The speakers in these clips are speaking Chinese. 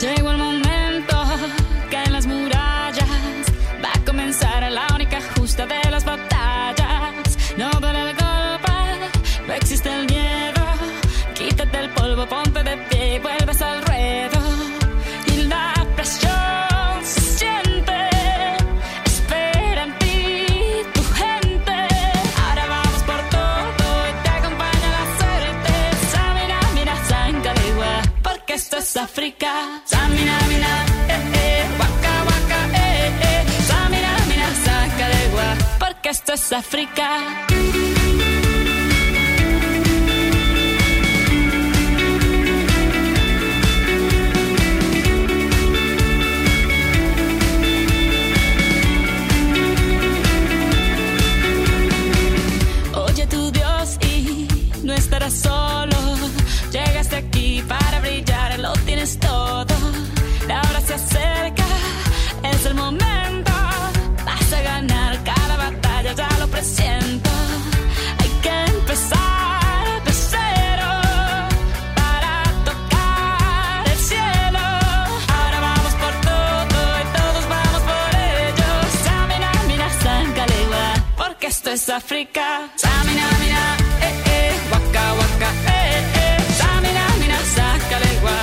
Llegó el momento caen las murallas. Va a comenzar la única justa de las batallas. No duele el golpe, no existe el miedo. Quítate el polvo, ponte de pie y vuelves al ruedo. Y la presión se siente. Espera en ti tu gente. Ahora vamos por todo y te acompaña la suerte. Samina, mira, Sancarigua, porque esto es África. Samina, mira, eh, eh, waka, waka, eh, eh. Samina, mira, Sancarigua, porque esto es África. Oye tu Dios y no estarás solo. Llegaste aquí para brillar, lo tienes todo. La hora se acerca, es el momento. Vas a ganar cada batalla, ya lo presiento. Hay que empezar de cero para tocar el cielo. Ahora vamos por todo y todos vamos por ello. Samina, mira, Sankalewa, porque esto es África. Samina, mira, eh, eh, waka, waka, eh, eh. Samina, mira, Sankalewa,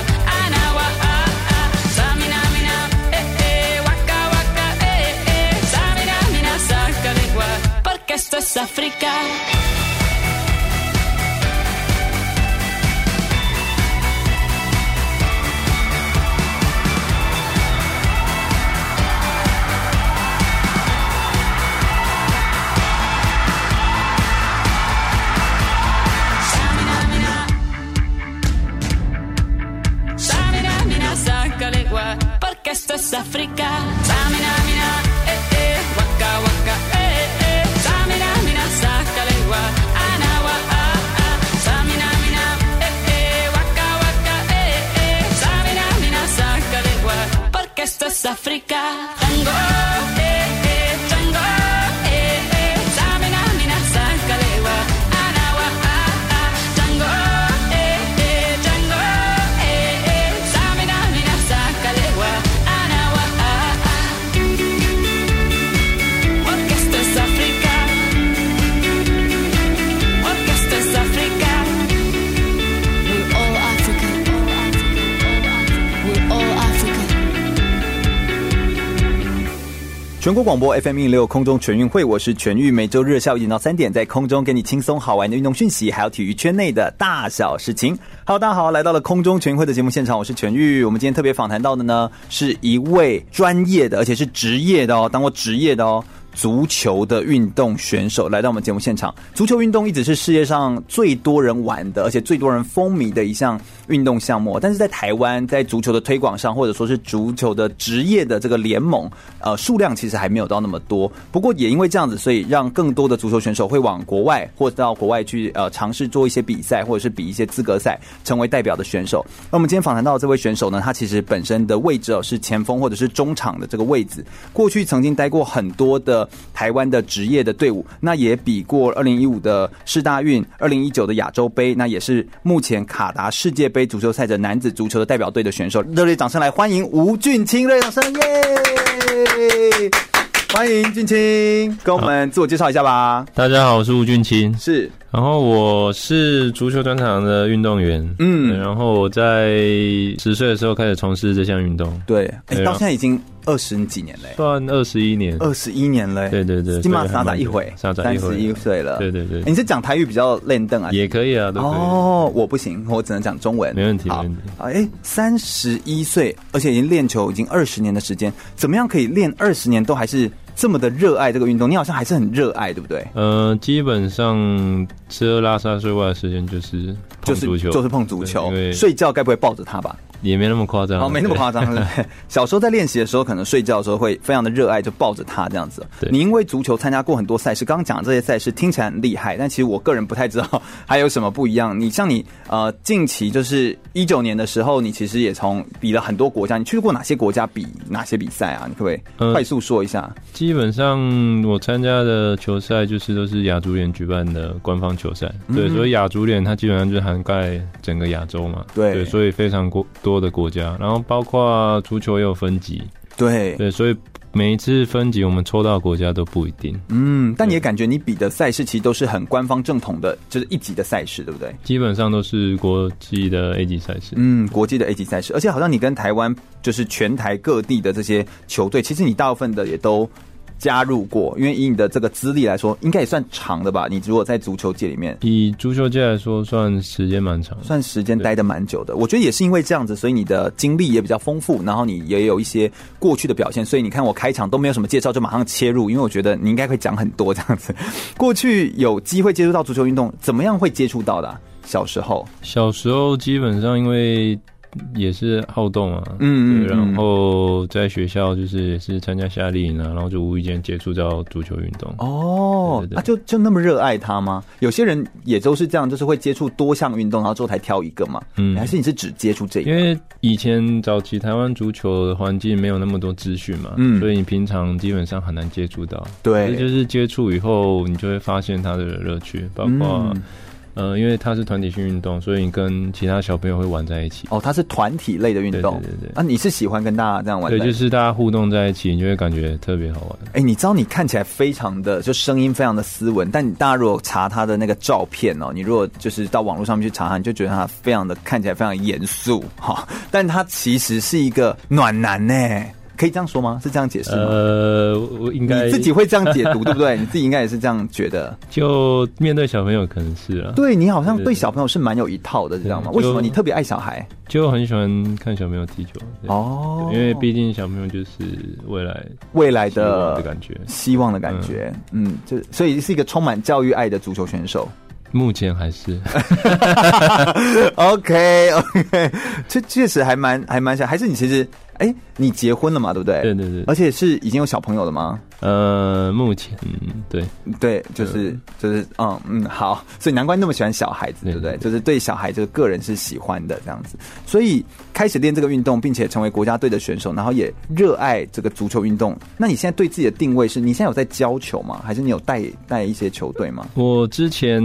anawa, ah, ah. Samina, mira, eh, eh, waka, waka, eh, eh. Samina, mira, Sankalewa, porque esto es África. Samina, mina, saca lengua, porque esto es África. Samina, mina, eh, eh, waka, waka, eh, eh. Samina, mina, saca lengua, anawa, ah, ah. Samina, mina, eh, eh, waka, waka, eh, eh. Samina, mina, saca lengua, porque esto es África. Tango, eh, eh, tango, eh, eh. Samina, mina, saca lengua, anawa, ah, ah. Tango, eh, eh, tango, eh, eh. Samina, mina, saca lengua, anawa, ah, ah. Porque esto es África. Porque esto es África. We're all African. We're all African. 全国广播 FM 一六空中全运会，我是全玉，每周日下午一点到三点，在空中给你轻松好玩的运动讯息，还有体育圈内的大小事情。Hello，大家好，来到了空中全运会的节目现场，我是全玉。我们今天特别访谈到的呢，是一位专业的，而且是职业的哦，当过职业的哦。足球的运动选手来到我们节目现场。足球运动一直是世界上最多人玩的，而且最多人风靡的一项运动项目。但是在台湾，在足球的推广上，或者说是足球的职业的这个联盟，呃，数量其实还没有到那么多。不过也因为这样子，所以让更多的足球选手会往国外或者到国外去呃尝试做一些比赛，或者是比一些资格赛，成为代表的选手。那我们今天访谈到的这位选手呢，他其实本身的位置哦是前锋或者是中场的这个位置，过去曾经待过很多的。台湾的职业的队伍，那也比过二零一五的世大运、二零一九的亚洲杯，那也是目前卡达世界杯足球赛的男子足球的代表队的选手。热烈掌声来欢迎吴俊清，热烈掌声耶！欢迎俊清，跟我们自我介绍一下吧。大家好，我是吴俊清，是然后我是足球专场的运动员，嗯然后我在十岁的时候开始从事这项运动，对，哎、对啊到现在已经二十几年嘞，算二十一年，二十一年嘞，对对对今马对傻傻还蛮久一回，傻傻一回十一岁了，对对对哎你是讲台语比较练凳啊？也可以啊，都可以。哦，我不行，我只能讲中文。没问题好没问题啊，哎，三十一岁，而且已经练球已经二十年的时间，怎么样可以练二十年都还是这么的热爱这个运动？你好像还是很热爱，对不对？呃，基本上吃喝拉撒睡外的时间就是就碰是足球，就是碰足球对因，为睡觉该不会抱着它吧？也没那么夸张，哦，没那么夸张。对不对小时候在练习的时候，可能睡觉的时候会非常的热爱，就抱着它这样子。对你因为足球参加过很多赛事，刚刚讲这些赛事听起来很厉害，但其实我个人不太知道 还有什么不一样。你像你呃，近期就是一九年的时候，你其实也从比了很多国家，你去过哪些国家比哪些比赛啊？你可不可以呃快速说一下？对基本上我参加的球赛就是都是亚足联举办的官方球赛，嗯对，所以亚足联它基本上就涵盖整个亚洲嘛，对所以非常国多的国家，然后包括足球也有分级，对，对，所以每一次分级我们抽到的国家都不一定，嗯，但你也感觉你比的赛事其实都是很官方正统的，就是一级的赛事，对不对？基本上都是国际的 A 级赛事。嗯，国际的 A 级赛事，而且好像你跟台湾就是全台各地的这些球队，其实你大部分的也都加入过，因为以你的这个资历来说，应该也算长的吧？你如果在足球界里面。以足球界来说，算时间蛮长的。算时间待的蛮久的，我觉得也是因为这样子，所以你的经历也比较丰富，然后你也有一些过去的表现，所以你看我开场都没有什么介绍，就马上切入，因为我觉得你应该会讲很多这样子。过去有机会接触到足球运动，怎么样会接触到的啊、小时候，小时候基本上因为也是好动啊，嗯嗯对嗯然后在学校就是也是参加夏令营啊，然后就无意间接触到足球运动。哦对，对对啊，就就那么热爱它吗？有些人也都是这样，就是会接触多项运动，然后之后才挑一个嘛。嗯还是你是只接触这一因个？为以前早期台湾足球的环境没有那么多资讯嘛，嗯所以你平常基本上很难接触到。对这就是接触以后，你就会发现它的乐趣，包括、嗯呃，因为它是团体性运动，所以你跟其他小朋友会玩在一起。哦，它是团体类的运动对对对对啊，你是喜欢跟大家这样玩对，的？就。是大家互动在一起，你就会感觉特别好玩。哎、你知道你看起来非常的，就声音非常的斯文，但你大家如果查他的那个照片哦，你如果就是到网络上面去查他，你就觉得他非常的看起来非常严肃哈，但他其实是一个暖男呢，可以这样说吗？是这样解释吗？呃，我应该你自己会这样解读，对不对？你自己应该也是这样觉得。就面对小朋友可能是啊，对你好像对对小朋友是蛮有一套的，知道吗？对为什么就你特别爱小孩？就很喜欢看小朋友踢球对哦对因为毕竟小朋友就是未来未来希望的的感觉。希望的感觉，嗯，就所以是一个充满教育爱的足球选手。 目前还是 OK OK，这 确实还蛮还蛮像，还是你其实哎、你结婚了嘛，对不对？对对对而且是已经有小朋友了吗？呃，目前嗯对对，就是就是嗯嗯好，所以难怪那么喜欢小孩子，对不对？对就是对小孩这个个人是喜欢的这样子，所以开始练这个运动，并且成为国家队的选手，然后也热爱这个足球运动。那你现在对自己的定位是你现在有在教球吗？还是你有带带一些球队吗？我之前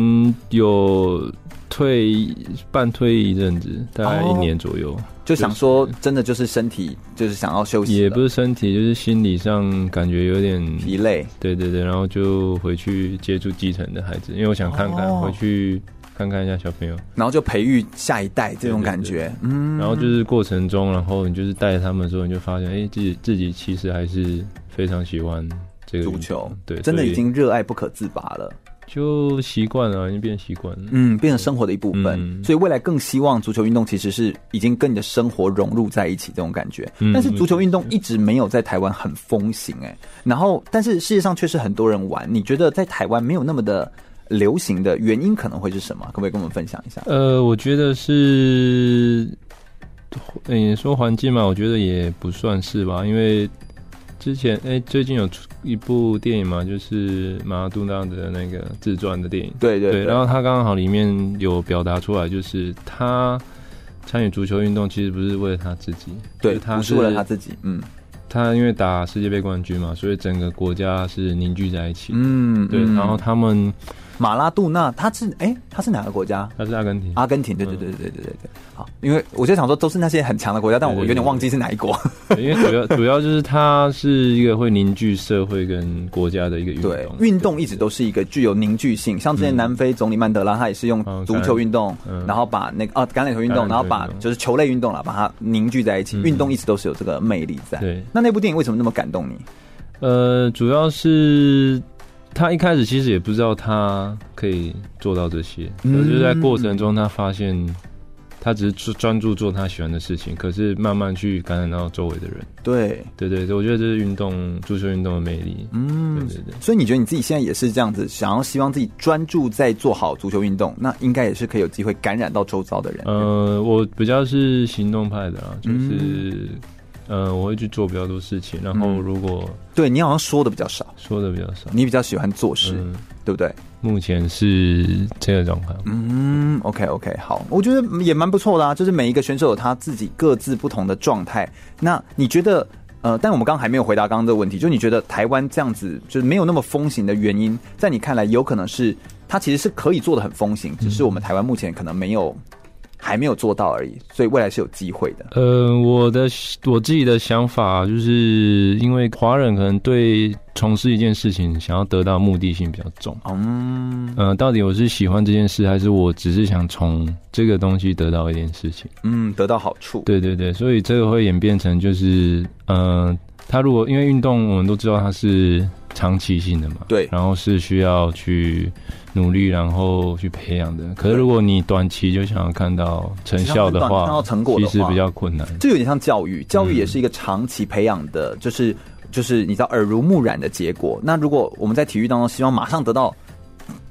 有退半退一阵子，大概哦一年左右，就想说真的就是身体就是啊想要休息了，也不是身体，就是心理上感觉有点疲累。对对对，然后就回去接触基层的孩子，因为我想看看、哦回去看看一下小朋友，然后就培育下一代这种感觉，嗯，然后就是过程中，然后你就是带他们的时候，你就发现，哎、自己自己其实还是非常喜欢这个运足动球对，真的所以已经热爱不可自拔了，就习惯了，已经变习惯了。嗯，变成生活的一部分，嗯所以未来更希望足球运动其实是已经跟你的生活融入在一起这种感觉。嗯但是足球运动一直没有在台湾很风行、哎，然后但是世界上确实很多人玩，你觉得在台湾没有那么的流行的原因可能会是什么？可不可以跟我们分享一下？呃，我觉得是，嗯、说环境嘛，我觉得也不算是吧，因为之前哎、最近有出一部电影嘛，就是马拉杜纳的那个自传的电影，对对对，然后他刚好里面有表达出来，就是他参与足球运动其实不是为了他自己，就对，他不是是为了他自己，嗯他因为打世界杯冠军嘛，所以整个国家是凝聚在一起。嗯，对，嗯然后他们马拉杜纳他是哎、他是哪个国家？他是阿根廷，阿根廷，对对对对对对对对，嗯好，因为我就想说都是那些很强的国家，但我有点忘记是哪一国。对 因为主要主要就是他是一个会凝聚社会跟国家的一个运对动，。运动一直都是一个具有凝聚性，像之前南非总理曼德拉，他也是用嗯足球运动，嗯然后把那个啊橄榄球运橄动，榄球运动嗯然后把就是球类运动了，把它凝聚在一起。运动一直都是有这个魅力在。对那那部电影为什么那么感动你？呃，主要是他一开始其实也不知道他可以做到这些，嗯可是就是在过程中他发现他只是专专注做他喜欢的事情，可是慢慢去感染到周围的人。对，对对对，我觉得这是运动足球运动的魅力。嗯对对对。所以你觉得你自己现在也是这样子，想要希望自己专注在做好足球运动，那应该也是可以有机会感染到周遭的人。呃，我比较是行动派的啦，嗯就是、呃，我会去做比较多事情，然后嗯如果对你好像说的比较少，说的比较少，你比较喜欢做事，嗯对不对？目前是这个状况。嗯，OK OK，好，我觉得也蛮不错的啊，就是每一个选手有他自己各自不同的状态。那你觉得，呃，但我们刚刚还没有回答刚刚这个问题，就你觉得台湾这样子就是没有那么风行的原因，在你看来有可能是它其实是可以做的很风行，只是我们台湾目前可能没有还没有做到而已，所以未来是有机会的。呃，我的我自己的想法就是，因为华人可能对从事一件事情想要得到目的性比较重。嗯呃，到底我是喜欢这件事，还是我只是想从这个东西得到一点事情？嗯，得到好处。对对对，所以这个会演变成就是，呃，他如果因为运动，我们都知道它是长期性的嘛，对然后是需要去努力，然后去培养的。可是如果你短期就想要看到成效只的想要话，看到成果的其话实比较困难。这有点像教嗯育，教育也是一个长期培养的，就是就是你知道耳濡目染的结果。那如果我们在体育当中希望马上得到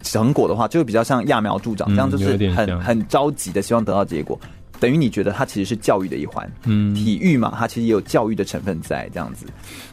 成果的话，就会比较像揠苗助长，这嗯样就是有点很像很着急的希望得到结果。等于你觉得它其实是教育的一环，嗯体育嘛，它其实也有教育的成分在这样子。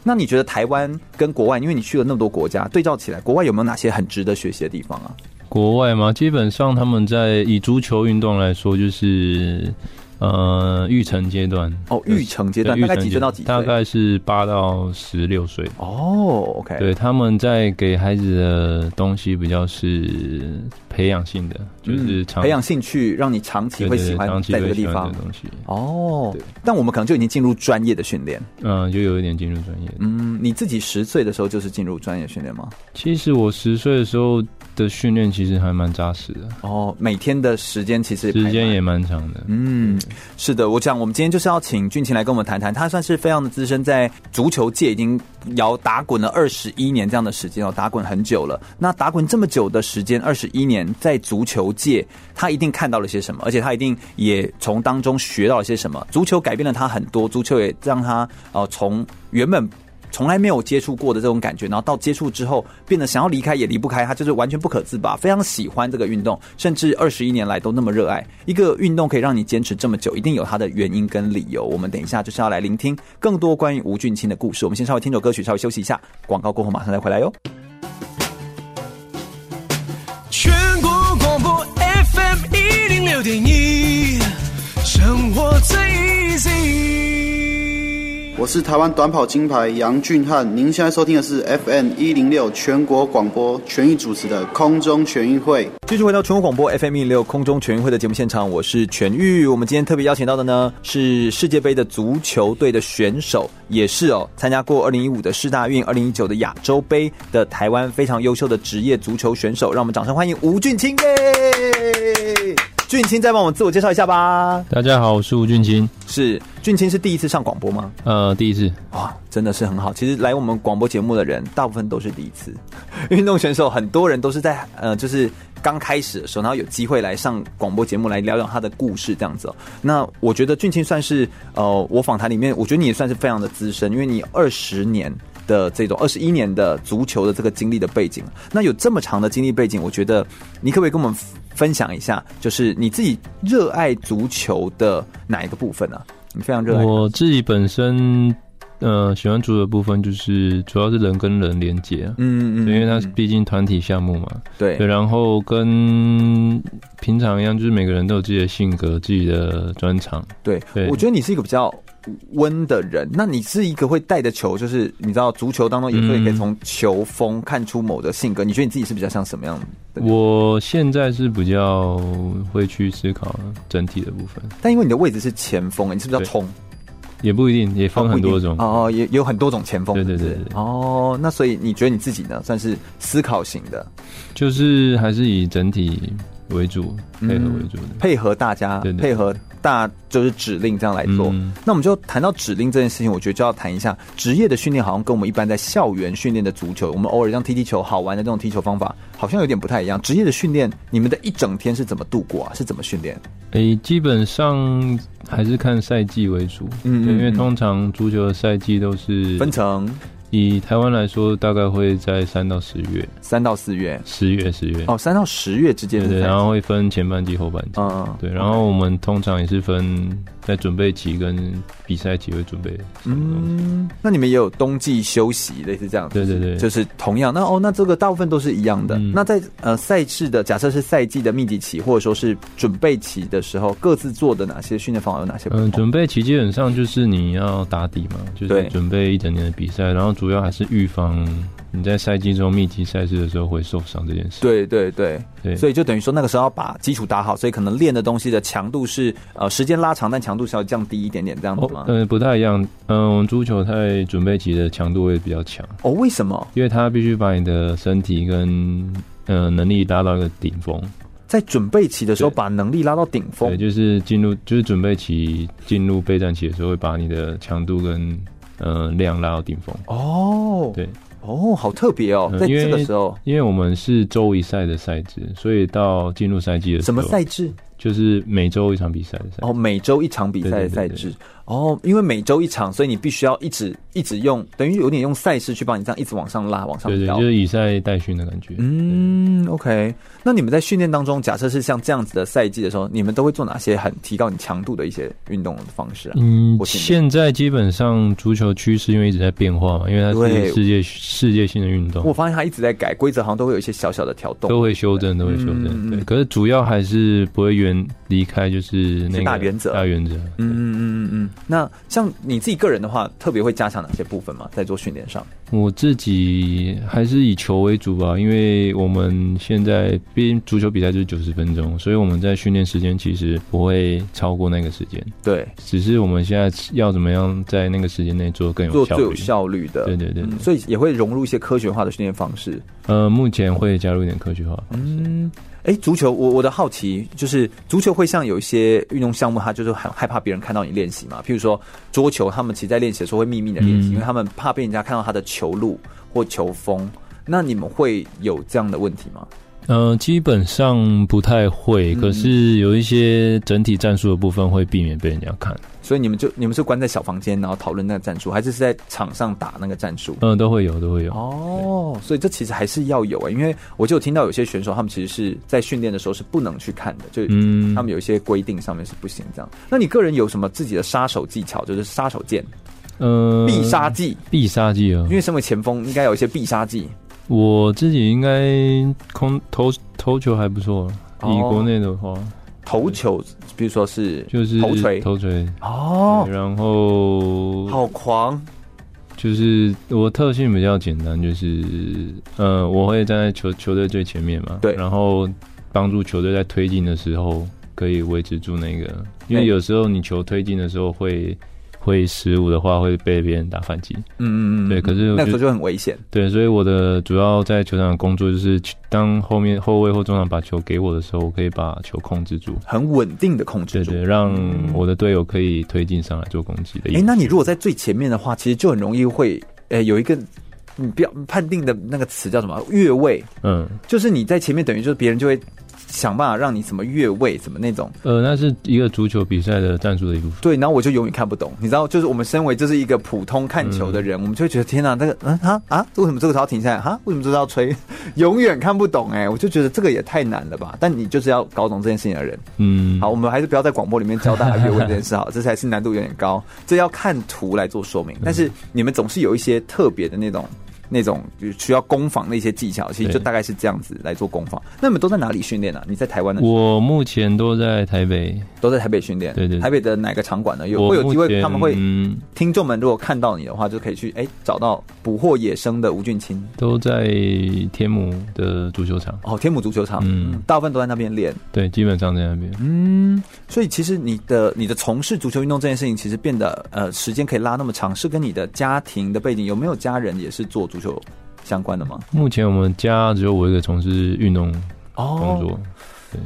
那你觉得台湾跟国外，因为你去了那么多国家，对照起来，国外有没有哪些很值得学习的地方啊？国外嘛，基本上他们在以足球运动来说，就是呃育成阶段。哦，育成阶段对大概育成几阶岁到几岁？大概是八到十六岁。哦，OK，对，他们在给孩子的东西比较是培养性的，就是嗯长培养兴趣，让你长期对会对喜欢长期在这会个地喜欢方的。东西。哦，但我们可能就已经进入专业的训练。嗯，就有一点进入专业。嗯，你自己十岁的时候就是进入专业训练吗？其实我十岁的时候的训练其实还蛮扎实的，哦，每天的时间其实排满时间也蛮长的。嗯，是的，我想我们今天就是要请俊晴来跟我们谈谈，他算是非常的资深，在足球界已经摇打滚了二十一年这样的时间哦，打滚很久了。那打滚这么久的时间，二十一年，在足球界，他一定看到了些什么，而且他一定也从当中学到了些什么。足球改变了他很多，足球也让他呃从原本。从来没有接触过的这种感觉，然后到接触之后，变得想要离开也离不开，他就是完全不可自拔，非常喜欢这个运动，甚至二十一年来都那么热爱。一个运动可以让你坚持这么久，一定有它的原因跟理由。我们等一下就是要来聆听更多关于吴俊卿的故事。我们先稍微听首歌曲，稍微休息一下，广告过后马上再回来哦哟。全国广播 FM 一零六点一，生活最 easy。我是台湾短跑金牌杨俊翰，您现在收听的是 FM 一零六全国广播全域主持的空中全运会。继续回到全国广播 FM 一六空中全运会的节目现场，我是全玉。我们今天特别邀请到的呢是世界杯的足球队的选手，也是哦参加过二零一五的世大运、二零一九的亚洲杯的台湾非常优秀的职业足球选手。让我们掌声欢迎吴俊卿耶！俊卿再帮我们自我介绍一下吧。大家好，我是吴俊清，是俊卿是第一次上广播吗？呃，第一次，哇，真的是很好。其实来我们广播节目的人，大部分都是第一次。 运动选手很多人都是在呃，就是刚开始的时候，然后有机会来上广播节目来聊聊他的故事这样子、哦。那我觉得俊庆算是呃，我访谈里面，我觉得你也算是非常的资深，因为你二十年的这种二十一年的足球的这个经历的背景，那有这么长的经历背景，我觉得你可不可以跟我们分享一下，就是你自己热爱足球的哪一个部分呢、啊？你非常热爱它我自己本身呃喜欢足球的部分就是主要是人跟人连接啊，嗯嗯，因为嗯它嗯毕竟团体项目嘛，对对，然后跟平常一样，就是每个人都有自己的性格、自己的专长。对，对我觉得你是一个比较温的人，那你是一个会带着球，就是你知道足球当中也会嗯可以从球风看出某的性格。你觉得你自己是比较像什么样的？我现在是比较会去思考整体的部分，但因为你的位置是前锋，你是不是要对冲？也不一定，也分哦不很一定多种。哦，哦也也有很多种前锋，对是对不是对对对哦，那所以你觉得你自己呢，算是思考型的？就是还是以整体为主，配合为主的。配合大家，对对配合大就是指令这样来做。嗯那我们就谈到指令这件事情，我觉得就要谈一下职业的训练，好像跟我们一般在校园训练的足球，我们偶尔像踢踢球好玩的这种踢球方法，好像有点不太一样。职业的训练，你们的一整天是怎么度过啊？是怎么训练？诶、基本上还是看赛季为主，嗯对，嗯因为嗯通常足球的赛季都是分成以台湾来说，大概会在三到十月，三到四月，十月十月，哦，三到十月之间对是对，在然后会分前半季后半季，嗯，对，然后我们通常也是分在准备期跟比赛期会准备什么东西，嗯，那你们也有冬季休息，类似这样子。对对对，就是同样，那哦，那这个大部分都是一样的。嗯那在呃赛事的假设是赛季的密集期，或者说是准备期的时候，各自做的哪些训练方法有哪些不嗯、同？准备期基本上就是你要打底嘛，就对是准备一整年的比赛，然后主要还是预防你在赛季中密集赛事的时候会受伤这件事。对对对，对，所以就等于说那个时候要把基础打好，所以可能练的东西的强度是呃时间拉长，但强度是要降低一点点这样子哦吗，？呃，不太一样。嗯、我们足球在准备期的强度会比较强，哦，为什么因为它必须把你的身体跟呃能力拉到一个顶峰，在准备期的时候对把能力拉到顶对，峰？就是进入就是准备期进入备战期的时候，会把你的强度跟呃量拉到顶峰。哦，对，哦，好特别哦，嗯在因这为个时候因为我们是周一赛的赛制，所以到进入赛季的时什候，么赛制？就是每周一场比赛的赛制。哦，每周一场比赛的对对对赛对制哦，因为每周一场，所以你必须要一直一直用，等于有点用赛事去帮你这样一直往上拉，往上对对，飙。就是以赛代训的感觉。嗯，OK。那你们在训练当中，假设是像这样子的赛季的时候，你们都会做哪些很提高你强度的一些运动的方式啊？嗯或，是你现在基本上足球趋势因为一直在变化嘛，因为它对是世界世界性的运我动，发现它一直在改规则，好像都会有一些小小的调动，都会修正，都会嗯修嗯正。对嗯，可是主要还是不会远离开就是那是个大原则大原则。嗯嗯嗯嗯嗯。那像你自己个人的话，特别会加强哪些部分吗？在做训练上？我自己还是以球为主吧，因为我们现在毕竟足球比赛就是九十分钟，所以我们在训练时间其实不会超过那个时间，对，只是我们现在要怎么样在那个时间内做更有做效最率。有效率的。对对对对嗯所以也会融入一些科学化的训练方式。呃，目前会加入一点科学化的方式。嗯，哎，足球，我我的好奇就是，足球会像有一些运动项目，他就是很害怕别人看到你练习嘛。譬如说桌球，他们其实在练习的时候会秘密的练习，嗯因为他们怕被人家看到他的球路或球风。那你们会有这样的问题吗？呃，基本上不太会，嗯可是有一些整体战术的部分会避免被人家看，所以你们就你们是关在小房间，然后讨论那个战术，还是是在场上打那个战术？嗯、都会有，都会有。哦，所以这其实还是要有啊、因为我就有听到有些选手他们其实是在训练的时候是不能去看的，就嗯他们有一些规定上面是不行这样。那你个人有什么自己的杀手技巧，就是杀手锏、呃，必杀技？必杀技哦因，为身为前锋，应该有一些必杀技。我自己应该空投投球还不错，哦以国内的话头球，比如说是就是头锤头锤，哦，然后好狂就是我特性比较简单，就是呃，我会站在球球队最前面嘛，对然后帮助球队在推进的时候可以维持住那个，因哎为有时候你球推进的时候会会失误的话，会被别人打反击。嗯嗯嗯，对可是我那个时觉候得就很危险。对，所以我的主要在球场的工作就是，当后面后卫或中场把球给我的时候，我可以把球控制住，很稳定的控制对住。对，让我的队友可以推进上来做攻击的意哎、思。嗯那你如果在最前面的话，其实就很容易会，诶、有一个你标判定的那个词叫什么？越位，嗯，就是你在前面，等于就是别人就会想办法让你什么越位，什么那种。呃，那是一个足球比赛的战术的一部分。对，然后我就永远看不懂，你知道，就是我们身为就是一个普通看球的人，我们就会觉得天哪，那个嗯哈啊，为什么这个时候要停下来哈？为什么这个时候要吹？永远看不懂哎、我就觉得这个也太难了吧。但你就是要搞懂这件事情的人。嗯，好，我们还是不要在广播里面教大家越位这件事好，这才是难度有点高，这要看图来做说明。嗯但是你们总是有一些特别的那种。那种就是需要攻防的一些技巧，其实就对大概是这样子来做攻防。那你们都在哪里训练啊呢？你在台湾呢？我目前都在台北，都在台北训练。对对对台北的哪个场馆呢？有我会有机目会，前他们会嗯听众们如果看到你的话，就可以去哎、找到捕获野生的吴俊清都在天母的足球场，哦，天母足球场，嗯嗯，大部分都在那边练。对，基本上在那边。嗯所以其实你的你的从事足球运动这件事情，其实变得呃时间可以拉那么长，是跟你的家庭的背景有没有家人也是做足球相关的吗？目前我们家只有我一个从事运动工作，哦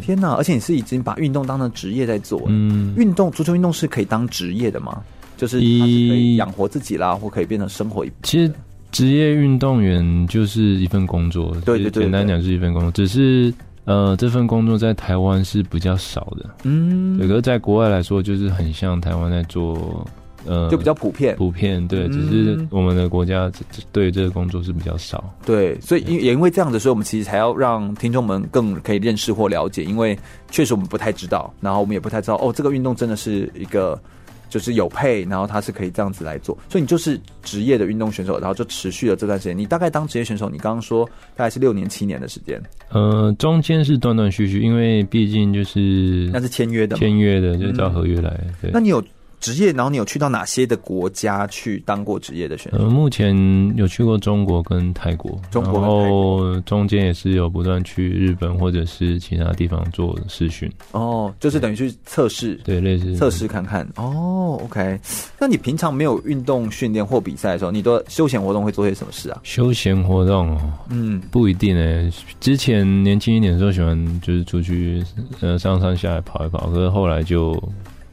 天哪！而且你是已经把运动当成职业在做，嗯，运动足球运动是可以当职业的吗？就是它是可以养活自己啦，或可以变成生活一部分。其实职业运动员就是一份工作，对对对对简单讲就是一份工作，只是呃这份工作在台湾是比较少的，嗯，对，可是在国外来说就是很像台湾在做，呃，就比较普遍。普遍，对，嗯只是我们的国家这这对这个工作是比较少，对，所以因也因为这样子，所以我们其实才要让听众们更可以认识或了解，因为确实我们不太知道，然后我们也不太知道哦，这个运动真的是一个就是有配，然后它是可以这样子来做，所以你就是职业的运动选手，然后就持续了这段时间。你大概当职业选手，你刚刚说大概是六年七年的时间，呃，中间是断断续续，因为毕竟就是那是嗯签约的嘛。签约的，就是照合约来，对那。你有职业，然后你有去到哪些的国家去当过职业的选手？呃，目前有去过中国跟泰国，中国跟然泰后中间也是有不断去日本或者是其他地方做试训，哦，就是等于去测试，对，类似测试看看。哦，OK。那你平常没有运动训练或比赛的时候，你的休闲活动会做些什么事啊？休闲活动哦，嗯，不一定诶、之前年轻一点的时候喜欢就是出去呃上山下海跑一跑，可是后来就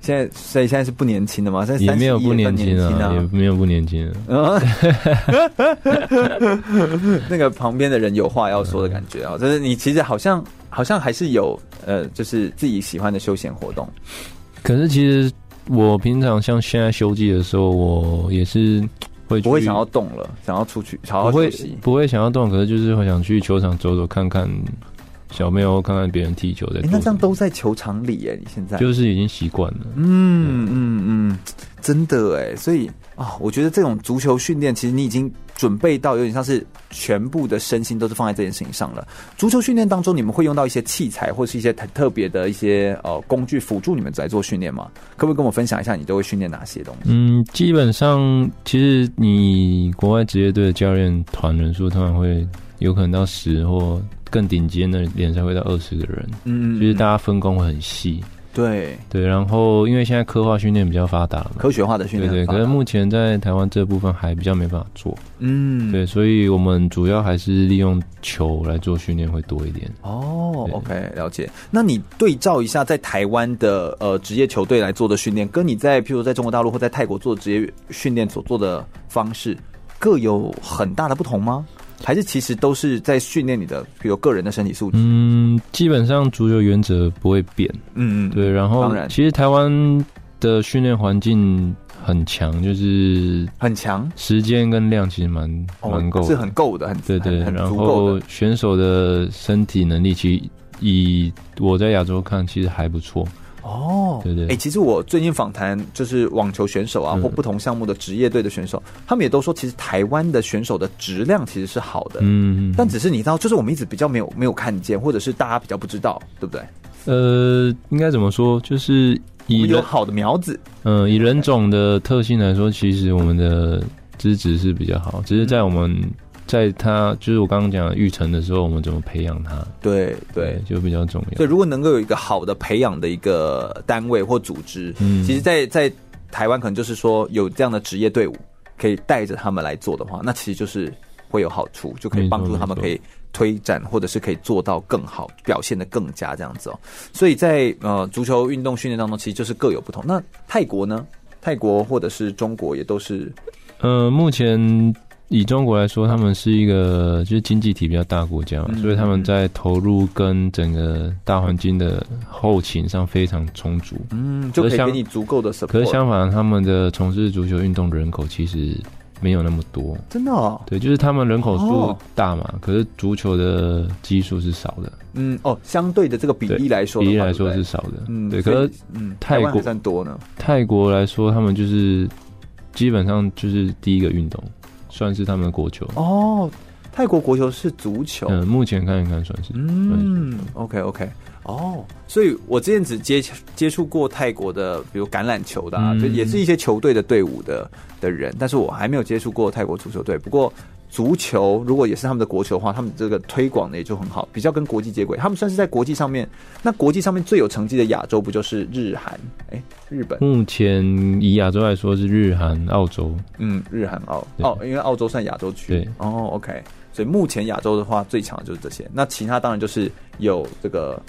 现在所以现在是不年轻的嘛，现在也三没十有一不年轻轻也啊。没有不年轻了。嗯， 那个旁边的人有话要说的感觉啊，就是你其实好像好像还是有呃，就是自己喜欢的休闲活动。可是其实我平常像现在休季的时候，我也是会去不会想要动了，想要出去好好不休会呃息。不会想要动，可是就是会想去球场走走看看小朋友，看看别人踢球在哎、做什么、那这样都在球场里耶，你现在就是已经习惯了。嗯嗯嗯，真的哎，所以啊、我觉得这种足球训练，其实你已经准备到有点像是全部的身心都是放在这件事情上了。足球训练当中，你们会用到一些器材或是一些很特别的一些呃工具辅助你们来做训练吗？可不可以跟我分享一下你都会训练哪些东西？嗯，基本上其实你国外职业队的教练团人数通常会有可能到十或更顶尖的联赛会到二十个人，嗯，就是大家分工会很细。对对，然后因为现在科化训练比较发达嘛，科学化的训对练对，法可是目前在台湾这部分还比较没办法做，嗯对，所以我们主要还是利用球来做训练会多一点。哦对，OK，了解。那你对照一下在台湾的呃职业球队来做的训练，跟你在譬如在中国大陆或在泰国做职业训练所做的方式，各有很大的不同吗？还是其实都是在训练你的，比如个人的身体素质？嗯，基本上足球原则不会变，嗯嗯，对，然后当然其实台湾的训练环境很强，就是很强，时间跟量其实蛮哦蛮够的，是很够的，很对对，很很然足够后的。选手的身体能力其实以我在亚洲看其实还不错，哦，对对哎、其实我最近访谈就是网球选手啊，嗯或不同项目的职业队的选手，他们也都说，其实台湾的选手的质量其实是好的。嗯，但只是你知道，就是我们一直比较没有没有看见，或者是大家比较不知道，对不对？呃，应该怎么说，就是我以们有人好的苗子，嗯、以人种的特性来说，其实我们的资质是比较好，只是在我们。在他就是我刚刚讲的育成的时候，我们怎么培养他？对对。就比较重要。所以如果能够有一个好的培养的一个单位或组织，嗯其实在，在台湾可能就是说有这样的职业队伍可以带着他们来做的话，那其实就是会有好处，就可以没错帮助他们没错可以推展或者是可以做到更好，表现的更加这样子哦。所以在呃足球运动训练当中，其实就是各有不同。那泰国呢？泰国或者是中国也都是呃，目前以中国来说，他们是一个就是经济体比较大的国家嘛，嗯所以他们在投入跟整个大环境的后勤上非常充足。嗯，就可以可是给像你足够的 support。可是相反，他们的从事足球运动的人口其实没有那么多。真的哦，对，就是他们人口数哦大嘛，可是足球的基数是少的，嗯哦，相对的这个比例来说比的话，例来对说不是对少的。嗯，对，所可以是嗯，台泰湾还国算多呢，泰国来说，他们就是基本上就是第一个运动，算是他们的国球。哦，泰国国球是足球，嗯，目前看一看算是，嗯，OK OK，哦，所以我之前只接接触过泰国的，比如橄榄球的、啊，嗯就也是一些球队的队伍的的人，但是我还没有接触过泰国足球队。不过足球如果也是他们的国球的话，他们这个推广的也就很好，比较跟国际接轨。他们算是在国际上面，那国际上面最有成绩的亚洲不就是日韩？哎，日本，目前以亚洲来说是日韩、澳洲，嗯，日韩澳对哦，因为澳洲算亚洲区。对哦，OK，所以目前亚洲的话最强的就是这些。那其他当然就是有这个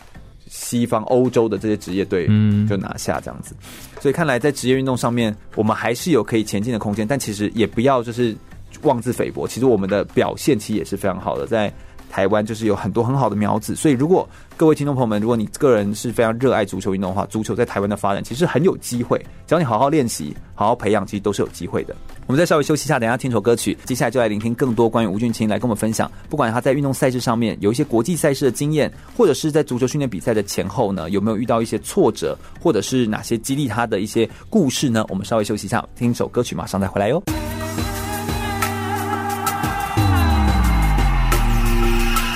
西方欧洲的这些职业队嗯就拿下这样子。所以看来在职业运动上面，我们还是有可以前进的空间，但其实也不要就是妄自菲薄。其实我们的表现其实也是非常好的，在台湾就是有很多很好的苗子。所以如果各位听众朋友们，如果你个人是非常热爱足球运动的话，足球在台湾的发展其实很有机会，只要你好好练习、好好培养，其实都是有机会的。我们再稍微休息一下，等一下听首歌曲，接下来就来聆听更多关于吴俊清来跟我们分享，不管他在运动赛事上面有一些国际赛事的经验，或者是在足球训练比赛的前后呢，有没有遇到一些挫折，或者是哪些激励他的一些故事呢？我们稍微休息一下，听首歌曲，马上再回来哟。哦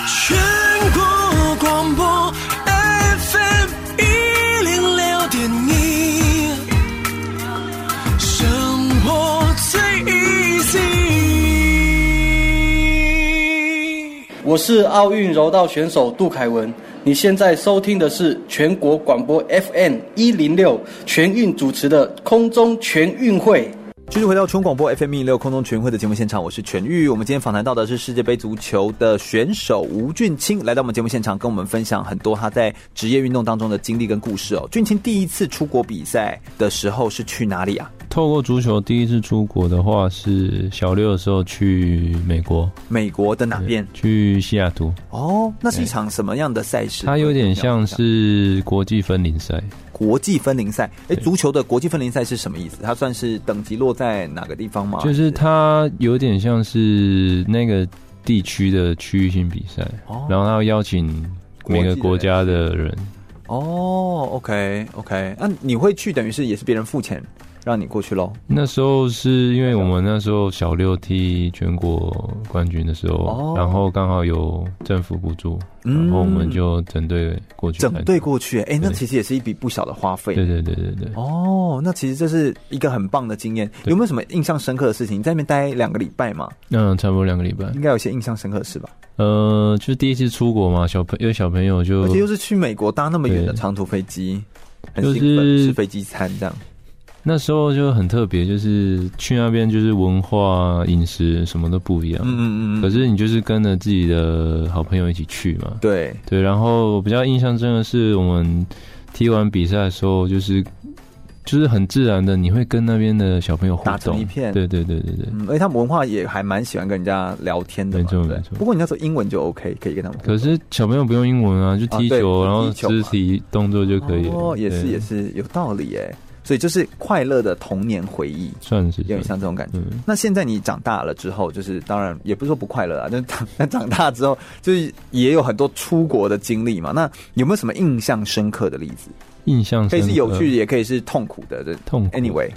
全国广播 FM 一零六点一，生活最 easy。我是奥运柔道选手杜凯文。你现在收听的是全国广播 FM 一零六全运主持的空中全运会。继续回到全广播 FM 一六空中全运会的节目现场，我是全玉。我们今天访谈到的是世界杯足球的选手吴俊清，来到我们节目现场，跟我们分享很多他在职业运动当中的经历跟故事哦。俊清第一次出国比赛的时候是去哪里啊？透过足球第一次出国的话，是小六的时候去美国，美国的哪边？去西雅图，哦，那是一场什么样的赛事？它有点像是国际分龄赛，国际分龄赛。哎，对足球的国际分龄赛是什么意思？它算是等级落在哪个地方吗？就是它有点像是那个地区的区域性比赛，哦然后它会邀请每个国国际的家的人，哦，OK OK，那你会去，等于是也是别人付钱让你过去喽。那时候是因为我们那时候小六踢全国冠军的时候，哦然后刚好有政府补助，嗯然后我们就整队过去，整队，过去，哎、那对其实也是一笔不小的花费。对对对对对。哦，那其实这是一个很棒的经验。对有没有什么印象深刻的事情？你在那边待两个礼拜嘛，嗯，差不多两个礼拜。应该有些印象深刻的事吧？呃，就是第一次出国嘛，小朋有小朋友就而且又是去美国搭那么远的对长途飞机，很就兴奋，是吃飞机餐这样。那时候就很特别，就是去那边就是文化、饮食什么都不一样。嗯嗯嗯可嗯，是你就是跟着自己的好朋友一起去嘛。对，对，然后我比较印象深的是，我们踢完比赛的时候，就是就是很自然的，你会跟那边的小朋友互打成动一片对对对对对。嗯，而且他们文化也还蛮喜欢跟人家聊天的嘛，没错对不对没错不过你那时候英文就 OK，可以跟他们互动。可是小朋友不用英文啊，就啊踢对球，然后踢球嘛肢体动作就可以了。哦，也是对也，是有道理哎，所以就是快乐的童年回忆，算是有点像这种感觉。嗯那现在你长大了之后，就是当然也不是说不快乐啊，就是 长但长大之后，就是也有很多出国的经历嘛。那有没有什么印象深刻的例子？印象可以深是刻有趣，也可以是痛苦的。这痛苦 anyway，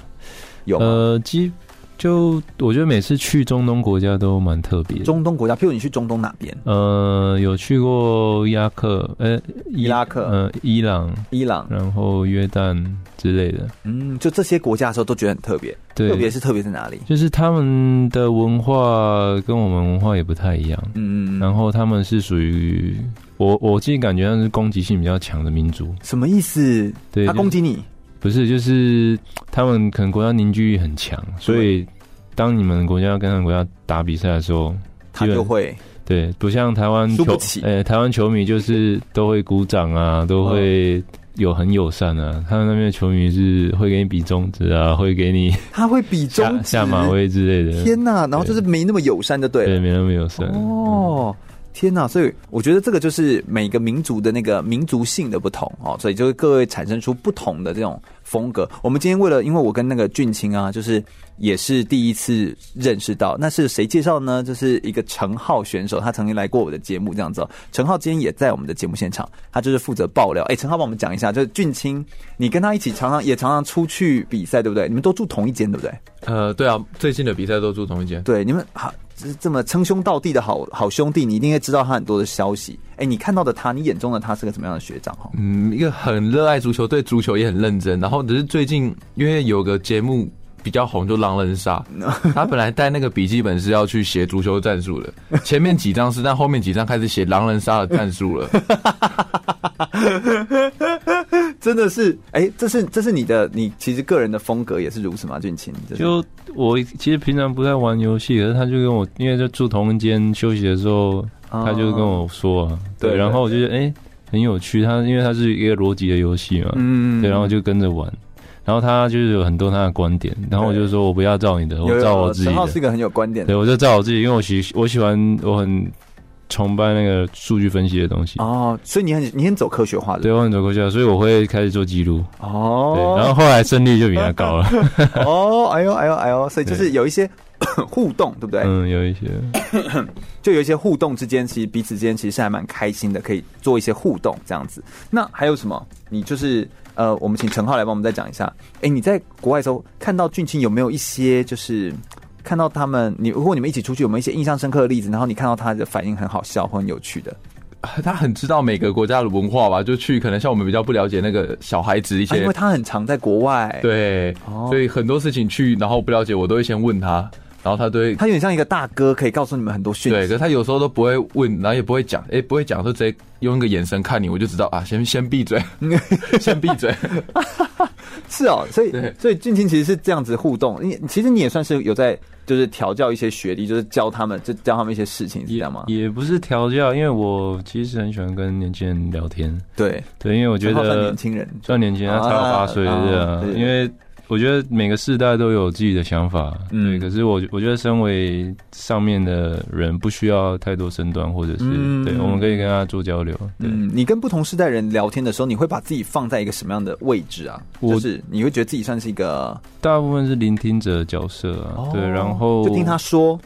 有吗呃，基就我觉得每次去中东国家都蛮特别的。中东国家，譬如你去中东哪边？呃，有去过伊拉克，呃，伊伊拉克呃，伊朗，伊朗，然后约旦之类的。嗯，就这些国家的时候都觉得很特别，特别对，是特别在哪里？就是他们的文化跟我们文化也不太一样，嗯嗯嗯，然后他们是属于我我自己感觉上是攻击性比较强的民族。什么意思？对，他就是攻击你？不是，就是他们可能国家凝聚力很强，所以当你们国家跟他们国家打比赛的时候，他就会对，不像台湾输不球起，呃、台湾球迷就是都会鼓掌啊，都哦会有很友善啊。他们那边的球迷是会给你比中指啊，会 给你他会比中下指下马威之类的。天呐，然后就是没那么友善就对对，了。没那么友善。哦，天呐！所以我觉得这个就是每个民族的那个民族性的不同哦，所以就会各位产生出不同的这种风格。我们今天为了，因为我跟那个俊清啊，就是也是第一次认识到，那是谁介绍呢？就是一个陈浩选手，他曾经来过我的节目这样子、哦。陈浩今天也在我们的节目现场，他就是负责爆料。哎，陈浩帮我们讲一下，就是俊清，你跟他一起常常也常常出去比赛，对不对？你们都住同一间，对不对？呃，对啊，最近的比赛都住同一间。对，你们好，这这么称兄道弟的好好兄弟，你一定会知道他很多的消息。哎，你看到的他，你眼中的他是个怎么样的学长？哈，嗯，一个很热爱足球，对足球也很认真。然后只是最近因为有个节目比较红，就《狼人 杀》，他本来带那个笔记本是要去写足球战术的，前面几张是，但后面几张开始写狼人杀的战术了。真的是，哎，这是这是你的，你其实个人的风格也是如此吗？俊清，这是就我其实平常不太玩游戏，可是他就跟我，因为就住同一间休息的时候，他就跟我说啊，对对，然后我就觉得哎、很有趣。它因为它是一个逻辑的游戏嘛，嗯对，然后就跟着玩。然后他就是有很多他的观点，然后我就说我不要照你的，我有照我有自己陈浩的。是一个很有观点的对，我就照我自己，因为我喜我喜欢，我很崇拜那个数据分析的东西。哦，所以你很你很走科学化的对，我很走过去了，所以我会开始做记录。对，然哦，后后来胜率就比 他高了。哦，哎呦哎呦哎呦，所以就是对有一些 互动，对不对？嗯，有一些，就有一些互动之间，其实彼此之间其实是还蛮开心的，可以做一些互动这样子。那还有什么？你就是呃，我们请陈浩来帮我们再讲一下。哎、你在国外的时候看到俊卿有没有一些就是看到他们，你如果你们一起出去有没有一些印象深刻的例子？然后你看到他的反应很好笑或很有趣的， 他很知道每个国家的文化吧，就去可能像我们比较不了解那个小孩子一啊、因些为，他很常在国外，，对，哦所以很多事情去然后不了解，我都会先问他，然后他都会。他有点像一个大哥，可以告诉你们很多讯对，可息。是他有时候都不会问，然后也不会讲，哎、不会讲，就直接用一个眼神看你，我就知道啊，先先闭嘴， 先闭 嘴。是哦，所以对所以俊卿其实是这样子互动，你其实你也算是有在就是调教一些学弟，就是教他们，就教他们一些事情，是这样吗？也不是调教，因为我其实很喜欢跟年轻人聊天。对，对，因为我觉陈浩算得年轻人，算年轻人，他才啊八岁，啊对啊对。因为我觉得每个世代都有自己的想法，嗯对。可是我我觉得身为上面的人，不需要太多身段，或者嗯是对，我们可以跟他做交流。对，嗯，你跟不同世代人聊天的时候，你会把自己放在一个什么样的位置啊？我就是你会觉得自己算是一个大部分是聆听者的角色啊，对。然后哦就听他说，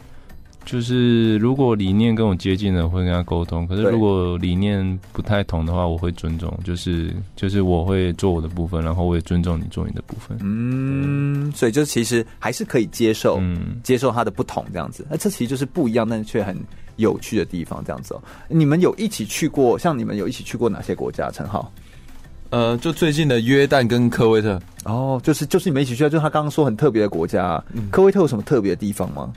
就是如果理念跟我接近的，我会跟他沟通；可是对如果理念不太同的话，我会尊重，就是就是我会做我的部分，然后我也尊重你做你的部分。嗯，所以就其实还是可以接受，嗯，接受他的不同这样子。哎那这其实就是不一样，但是却很有趣的地方这样子哦。你们有一起去过，像你们有一起去过哪些国家？陈浩。呃，就最近的约旦跟科威特，哦，就是就是你们一起去啊，就是他刚刚说很特别的国家、啊嗯科威特有什么特别的地方吗？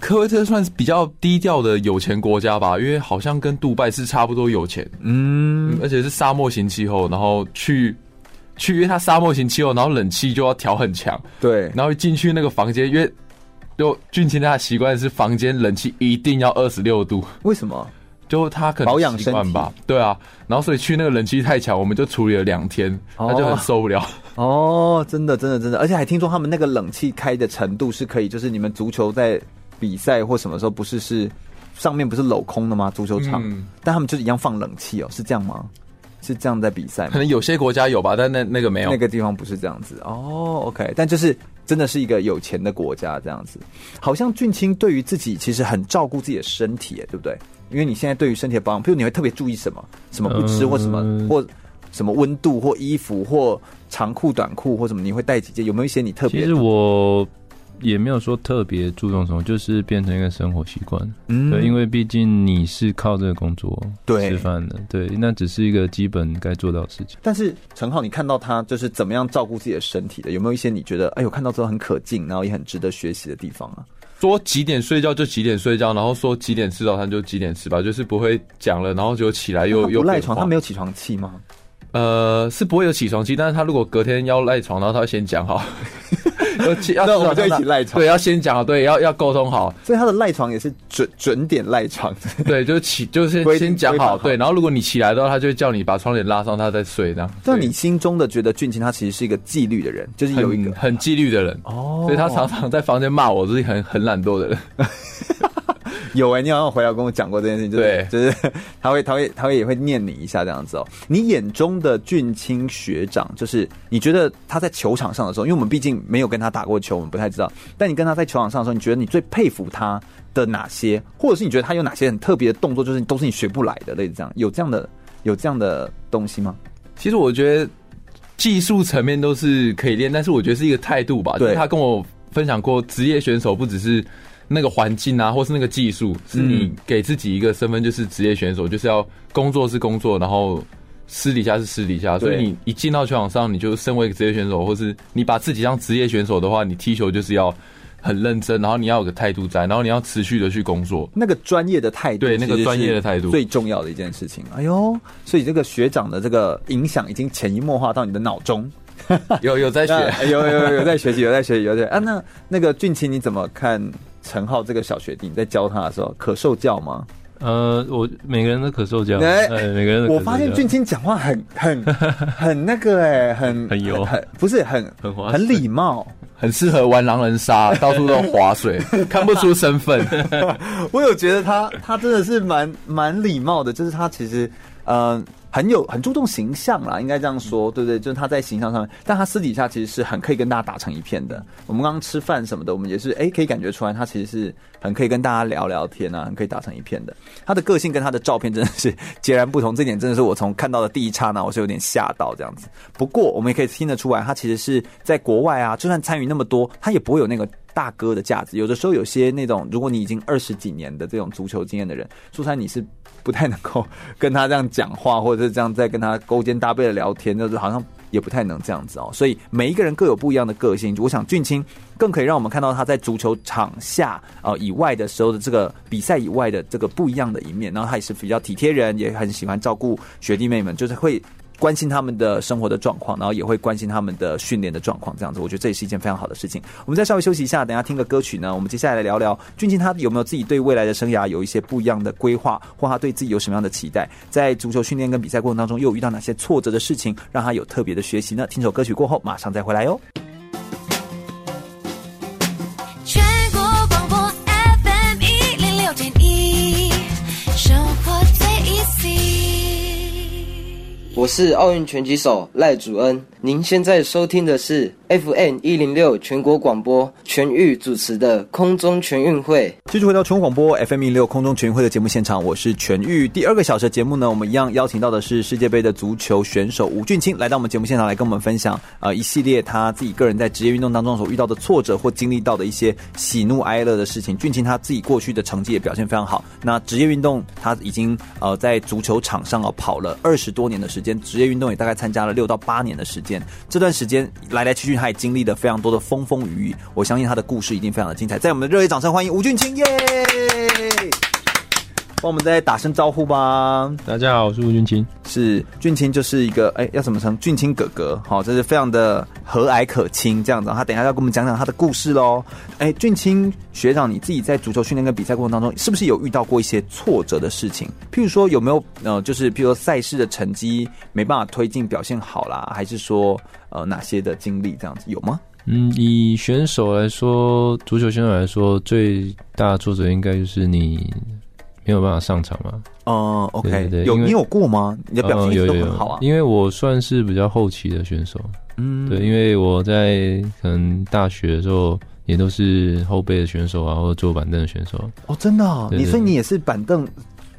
科威特算是比较低调的有钱国家吧，因为好像跟杜拜是差不多有钱，嗯，而且是沙漠型气候，然后去去，因为它沙漠型气候，然后冷气就要调很强，对，然后进去那个房间，因为就俊卿他的习惯是房间冷气一定要二十六度，为什么？就他可能保养习身惯体吧，对啊，然后所以去那个冷气太强，我们就处理了两天，哦他就很受不了，哦，真的，真的，真的，而且还听说他们那个冷气开的程度是可以，就是你们足球在比赛或什么时候不是是上面不是镂空的吗？足球场，嗯但他们就是一样放冷气哦，是这样吗？是这样在比赛可吗？能有些国家有吧，但那那个没有，那个地方不是这样子哦，OK，但就是真的是一个有钱的国家这样子，好像俊卿对于自己其实很照顾自己的身体耶，对不对？因为你现在对于身体的保养，譬如你会特别注意什么，什么不吃呃嗯或什么、或什么温度或衣服或长裤短裤或什么，你会带几件？有没有一些你特其别实？我也没有说特别注重什么，就是变成一个生活习惯。嗯对，因为毕竟你是靠这个工作对吃饭的，对，那只是一个基本该做到的事情。但是陈浩，你看到他就是怎么样照顾自己的身体的？有没有一些你觉得哎呦看到之后很可敬，然后也很值得学习的地方啊？说几点睡觉就几点睡觉，然后说几点吃早餐就几点吃吧，就是不会讲了，然后就起来又他又不赖床，他没有有起床气吗？呃是不会有起床气，但是他如果隔天要赖床，然后他会先讲好， 要起要那我们吃早餐就一起赖床对，要先讲好，对，要要沟通好，所以他的赖床也是准准点赖床，对，就起就是规定先讲规范好好，对，然后如果你起来的话，他就会叫你把窗帘拉上，他再睡这样。那你心中的觉得俊卿他其实是一个纪律的人，就是对有一个很很纪律的人，哦所以他常常在房间骂我，就是很很懒惰的人。有哎、你好像回来跟我讲过这件事情，就是对就是 他会他会他会也会念你一下这样子哦。你眼中的俊卿学长，就是你觉得他在球场上的时候，因为我们毕竟没有跟他打过球，我们不太知道。但你跟他在球场上的时候，你觉得你最佩服他的哪些，或者是你觉得他有哪些很特别的动作，就是都是你学不来的，类似这样，有这样的有这样的东西吗？其实我觉得技术层面都是可以练，但是我觉得是一个态度吧。对就是他跟我分享过，职业选手不只是那个环境啊，或是那个技术，是你给自己一个身份，就是职业选手，就是要工作是工作，然后。私底下是私底下，所对以你一进到球场上，你就身为一个职业选手，或是你把自己当职业选手的话，你踢球就是要很认真，然后你要有个态度在，然后你要持续的去工作。那个专业的态度，对那其个实是专业的态度最重要的一件事情。哎呦，所以这个学长的这个影响已经潜移默化到你的脑中。 有有在学，那哎有有有有在学习，有在学习，有在啊。那那个俊奇，你怎么看陈浩这个小学弟？你在教他的时候，可受教吗？呃，我每个人的可受呃奖，哎哎，每个人的可我受发现奖俊卿讲话很很 很那个哎、很很油很不是很很滑很礼貌。 很适合玩狼人杀，到处都划水，看不出身 份。 我有觉得他他真的是蛮蛮礼貌的，就是他其实呃很有很注重形象啦，应该这样说，对不对？就是他在形象上面，但他私底下其实是很可以跟大家打成一片的。我们刚刚吃饭什么的，我们也是哎、可以感觉出来，他其实是很可以跟大家聊聊天啊，很可以打成一片的。他的个性跟他的照片真的是截然不同，这点真的是我从看到的第一刹那，我是有点吓到这样子。不过我们也可以听得出来，啊他其实是在国外啊，就算参与那么多，他也不会有那个大哥的架子。有的时候有些那种，如果你已经二十几年的这种足球经验的人，苏珊你是不太能够跟他这样讲话，或者是这样在跟他勾肩搭背的聊天，就是好像也不太能这样子哦。所以每一个人各有不一样的个性。我想俊卿更可以让我们看到他在足球场下呃以外的时候的这个比赛以外的这个不一样的一面。然后他也是比较体贴人，也很喜欢照顾学弟妹们，就是会。关心他们的生活的状况，然后也会关心他们的训练的状况，这样子，我觉得这也是一件非常好的事情。我们再稍微休息一下，等一下听个歌曲呢。我们接下来来聊聊俊庆他有没有自己对未来的生涯有一些不一样的规划，或他对自己有什么样的期待？在足球训练跟比赛过程当中，又有遇到哪些挫折的事情，让他有特别的学习呢？听首歌曲过后，马上再回来哦哟。全国广播 FM 一零六点一，生活最 easy。我是奥运拳击手赖祖恩，您现在收听的是 FN 一零六全国广播全域主持的空中全运会。继续回到全国广播 FM 一六空中全运会的节目现场，我是全玉。第二个小时的节目呢，我们一样邀请到的是世界杯的足球选手吴俊清来到我们节目现场，来跟我们分享呃一系列他自己个人在职业运动当中所遇到的挫折或经历到的一些喜怒哀乐的事情。俊清他自己过去的成绩也表现非常好，那职业运动他已经呃在足球场上啊跑了二十多年的时间，职业运动也大概参加了六到八年的时间。这段时间来来去去，他也经历了非常多的风风雨雨。我相信他的故事一定非常的精彩，在我们的热烈掌声欢迎吴俊清耶！帮我们再打声招呼吧。大家好，我是吴俊清。是俊清就是一个哎、要怎么称？俊清哥哥，好、这是非常的和蔼可亲这样子。他等一下要跟我们讲讲他的故事喽。哎、俊清学长，你自己在足球训练跟比赛过程当中，是不是有遇到过一些挫折的事情？譬如说有没有呃，就是譬如说赛事的成绩没办法推进，表现好啦，还是说呃哪些的经历这样子有吗？嗯，以选手来说，足球选手来说，最大的挫折应该就是你没有办法上场嘛。嗯，OK，对对有因为你有过吗？你的表现呃一直有都有有很好啊。因为我算是比较后期的选手，嗯对，因为我在可能大学的时候也都是后备的选手啊，或者坐板凳的选手，哦，真的、哦，对你对所以对你也是板凳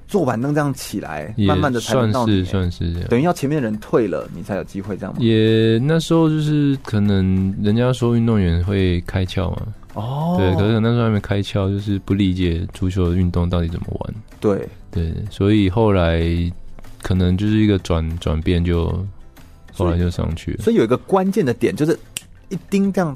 坐板凳这样起来，也慢慢的才轮到算是你。哎欸算是这样。等于要前面的人退了，你才有机会这样吗？也那时候就是可能人家说运动员会开窍嘛，哦，对，可是那时候还没开窍，就是不理解足球运动到底怎么玩，对，对，所以后来可能就是一个转转变就，后来就上去了。所以有一个关键的点就是一钉这样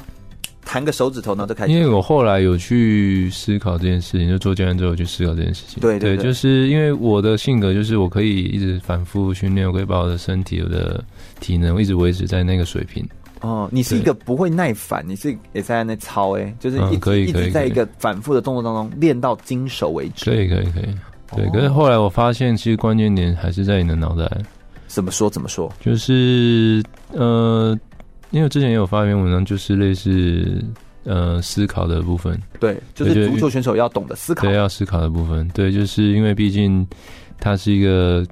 弹个手指头，然后就开因始。为我后来有去思考这件事情，就做教练之后有去思考这件事情。对对对对就是因为我的性格就是我可以一直反复训练，我可以把我的身体、我的体能一直维持在那个水平。哦，你是一对个不会耐烦，你是也在那操哎、就是嗯一直、可以一可直以在可一以个反复的动作当中练到精熟为止。可以可以可以，对。哦可是后来我发现，其实关键点还是在你的脑袋，怎么说怎么说？就是呃，因为我之前也有发一篇文章，就是类似呃思考的部分。对，就对是就足是球选手要懂得思考。对，要思考的部分，对，就是因为毕竟它是一个，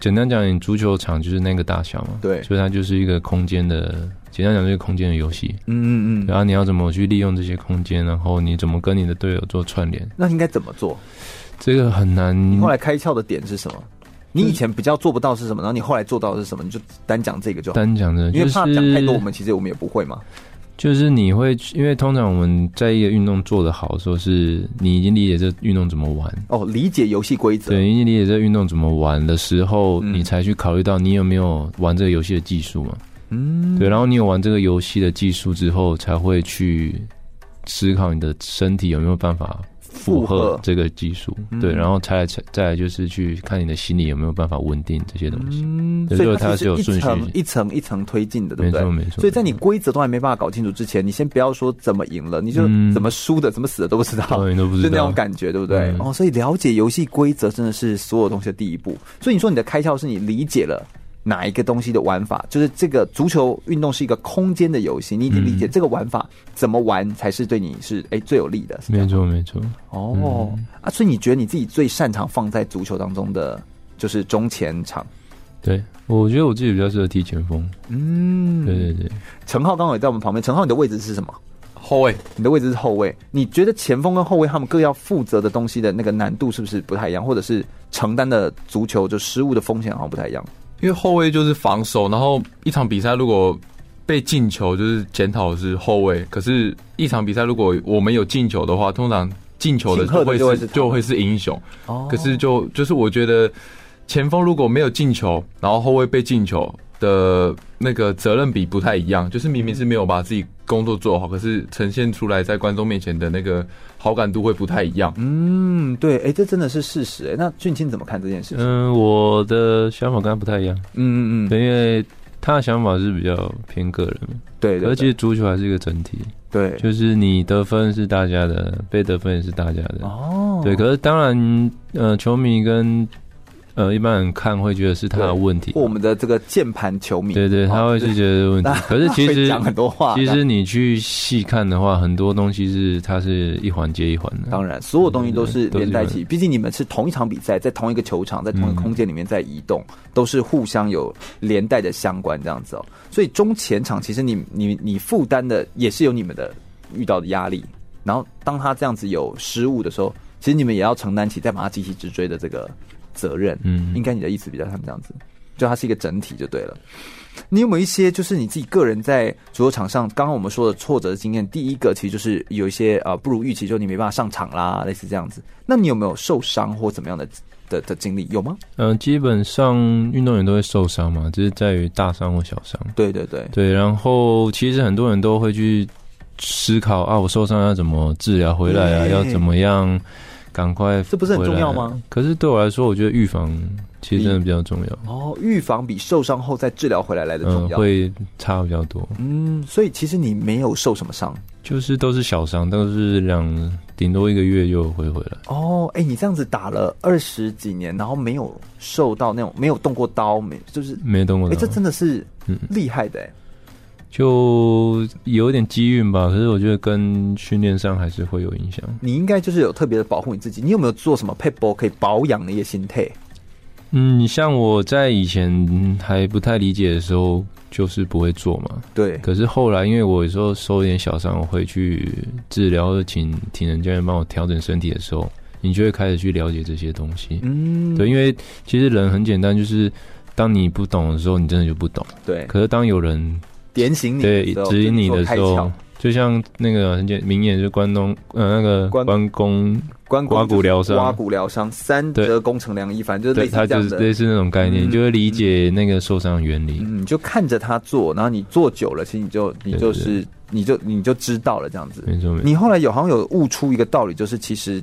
简单讲，你足球场就是那个大小嘛，对所以它就是一个空间的，简单讲就是空间的游戏。嗯嗯嗯。然后你要怎么去利用这些空间，然后你怎么跟你的队友做串联，那应该怎么做？这个很难。你后来开窍的点是什么？你以前比较做不到是什么？然后你后来做到的是什么？你就单讲这个就好。单讲的，因就为是怕讲太多，我们其实我们也不会嘛。就是你会，因为通常我们在一个运动做得好的时候，是你已经理解这运动怎么玩，哦，理解游戏规则，对，已经理解这运动怎么玩的时候，嗯你才去考虑到你有没有玩这个游戏的技术嘛。嗯，对，然后你有玩这个游戏的技术之后，才会去思考你的身体有没有办法负负荷荷这个技术，嗯对，然后才才再来就是去看你的心理有没有办法稳定这些东西。嗯，对所以就是它它是有一顺序层一层一层推进的，对不对？没错没错所以在你规则都还没办法搞清楚之前，你先不要说怎么赢了，你就嗯怎么输的、怎么死的都不知道，对你都不知道就那种感觉，对不对？嗯哦，所以了解游戏规则真的是所有东西的第一步。所以你说你的开窍是你理解了。哪一个东西的玩法，就是这个足球运动是一个空间的游戏，你已经嗯理解这个玩法怎么玩才是对你是哎、最有利的，是这样没错嗯没错，哦、啊，所以你觉得你自己最擅长放在足球当中的就是中前场？对我觉得我自己比较适合踢前锋。嗯，对对对，陈浩刚好也在我们旁边，陈浩你的位置是什么？后卫你的位置是后卫，你觉得前锋跟后卫他们各要负责的东西的那个难度是不是不太一样，或者是承担的足球就失误的风险好像不太一样？因为后卫就是防守，然后一场比赛如果被进球，就是检讨的是后卫。可是，一场比赛如果我们有进球的话，通常进球的请客的会就会是是他就会是英雄。哦可是就就是我觉得前锋如果没有进球，然后后卫被进球的那个责任比不太一样，就是明明是没有把自己工作做好，可是呈现出来在观众面前的那个好感度会不太一样。嗯，对，哎，这真的是事实。哎，那俊清怎么看这件事情？嗯，我的想法跟他不太一样，嗯嗯嗯，对，因为他的想法是比较偏个人嘛，对而对且对足球还是一个整体，对，就是你得分是大家的，被得分也是大家的。哦，对，可是当然，呃，球迷跟呃一般人看会觉得是他的问题，我们的这个键盘球迷，对对，他会是觉得问题那。可是其哦会实讲很多话，其实你去细看的话，很多东西是它是一环接一环的。当然，所有嗯东西都是连在一都是起。毕竟你们是同一场比赛，在同一个球场，在同一个空间里面在移动，都是互相有连带的相关这样子哦。所以中前场其实你你你负担的也是有你们的遇到的压力，然后当他这样子有失误的时候，其实你们也要承担起再把他急起直追的这个责任。嗯应该你的意思比较像这样子，就它是一个整体就对了。你有没有一些就是你自己个人在足球场上，刚刚我们说的挫折经验？第一个其实就是有一些呃不如预期，就你没办法上场啦，类似这样子。那你有没有受伤或怎么样的的的经历？有吗？嗯、基本上运动员都会受伤嘛，只是在于大伤或小伤。对对对，对，然后其实很多人都会去思考啊，我受伤要怎么治疗回来啊，对要怎么样赶快，嗯这不是很重要吗？可是对我来说，我觉得预防其实真的比较重要，哦，预防比受伤后再治疗回来来的嗯、重要。会差比较多，嗯，所以其实你没有受什么伤就是都是小伤，都是两顶多一个月又会回来。哦。哎，你这样子打了二十几年，然后没有受到那种没有动过刀，没就是没动过哎，刀，这真的是嗯厉害的哎。就有点机运吧。可是我觉得跟训练上还是会有影响。你应该就是有特别的保护你自己。你有没有做什么 p e b a l 可以保养的一些心态？嗯，像我在以前还不太理解的时候，就是不会做嘛。对，可是后来，因为我有时候受一点小伤，我会去治疗，或者请体能教练帮我调整身体的时候，你就会开始去了解这些东西。嗯，对，因为其实人很简单，就是当你不懂的时候，你真的就不懂。对，可是当有人点醒你的对时候，指引你就的是做时开候窍，，就像那个很简名言，就是关东呃那个关关公，关公刮骨疗伤刮骨疗伤，三折工程良医，反正就是对类似这他就样是的。类似那种概念，嗯就会理解那个受伤的原理。嗯，你就看着他做，然后你做久了，其实你就你就对是你就你就知道了这样子。没错没错，你后来有好像有悟出一个道理，就是其实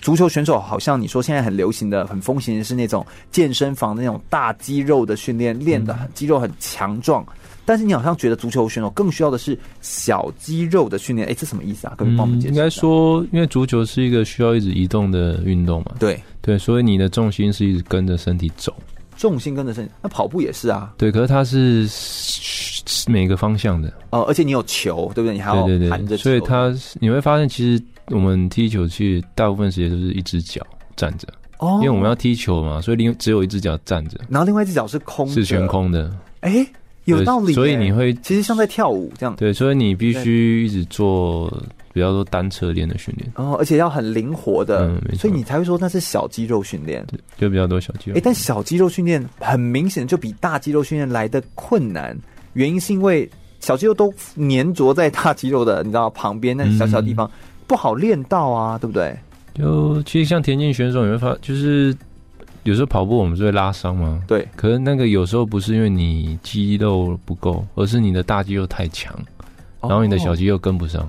足球选手好像你说现在很流行的、很风行的是那种健身房那种大肌肉的训练，练嗯的肌肉很强壮。但是你好像觉得足球选手更需要的是小肌肉的训练，哎，这什么意思啊？可不可以帮我们嗯，解释应一下？该说，因为足球是一个需要一直移动的运动嘛，对，对，所以你的重心是一直跟着身体走。重心跟着身体，那跑步也是啊，对，可是它是是是每个方向的，哦，而且你有球，对不对？你还要对对含着对，球，所以它是你会发现，其实我们踢球其实大部分时间都是一只脚站着，哦，因为我们要踢球嘛，所以另只有一只脚站着然后另外一只脚是空，是悬，空的，哎，有对道理耶，所以你会其实像在跳舞这样，对，所以你必须一直做比较多单侧练的训练，哦，而且要很灵活的，嗯没错所以你才会说那是小肌肉训练。就比较多小肌哎、肉。但小肌肉训练很明显就比大肌肉训练来的困难，原因是因为小肌肉都粘着在大肌肉的，你知道旁边那小小地方、嗯不好练到啊，对不对？就其实像田径选手，你会发就是有时候跑步我们是会拉伤嘛，对，可是那个有时候不是因为你肌肉不够，而是你的大肌肉太强，然后你的小肌肉跟不上。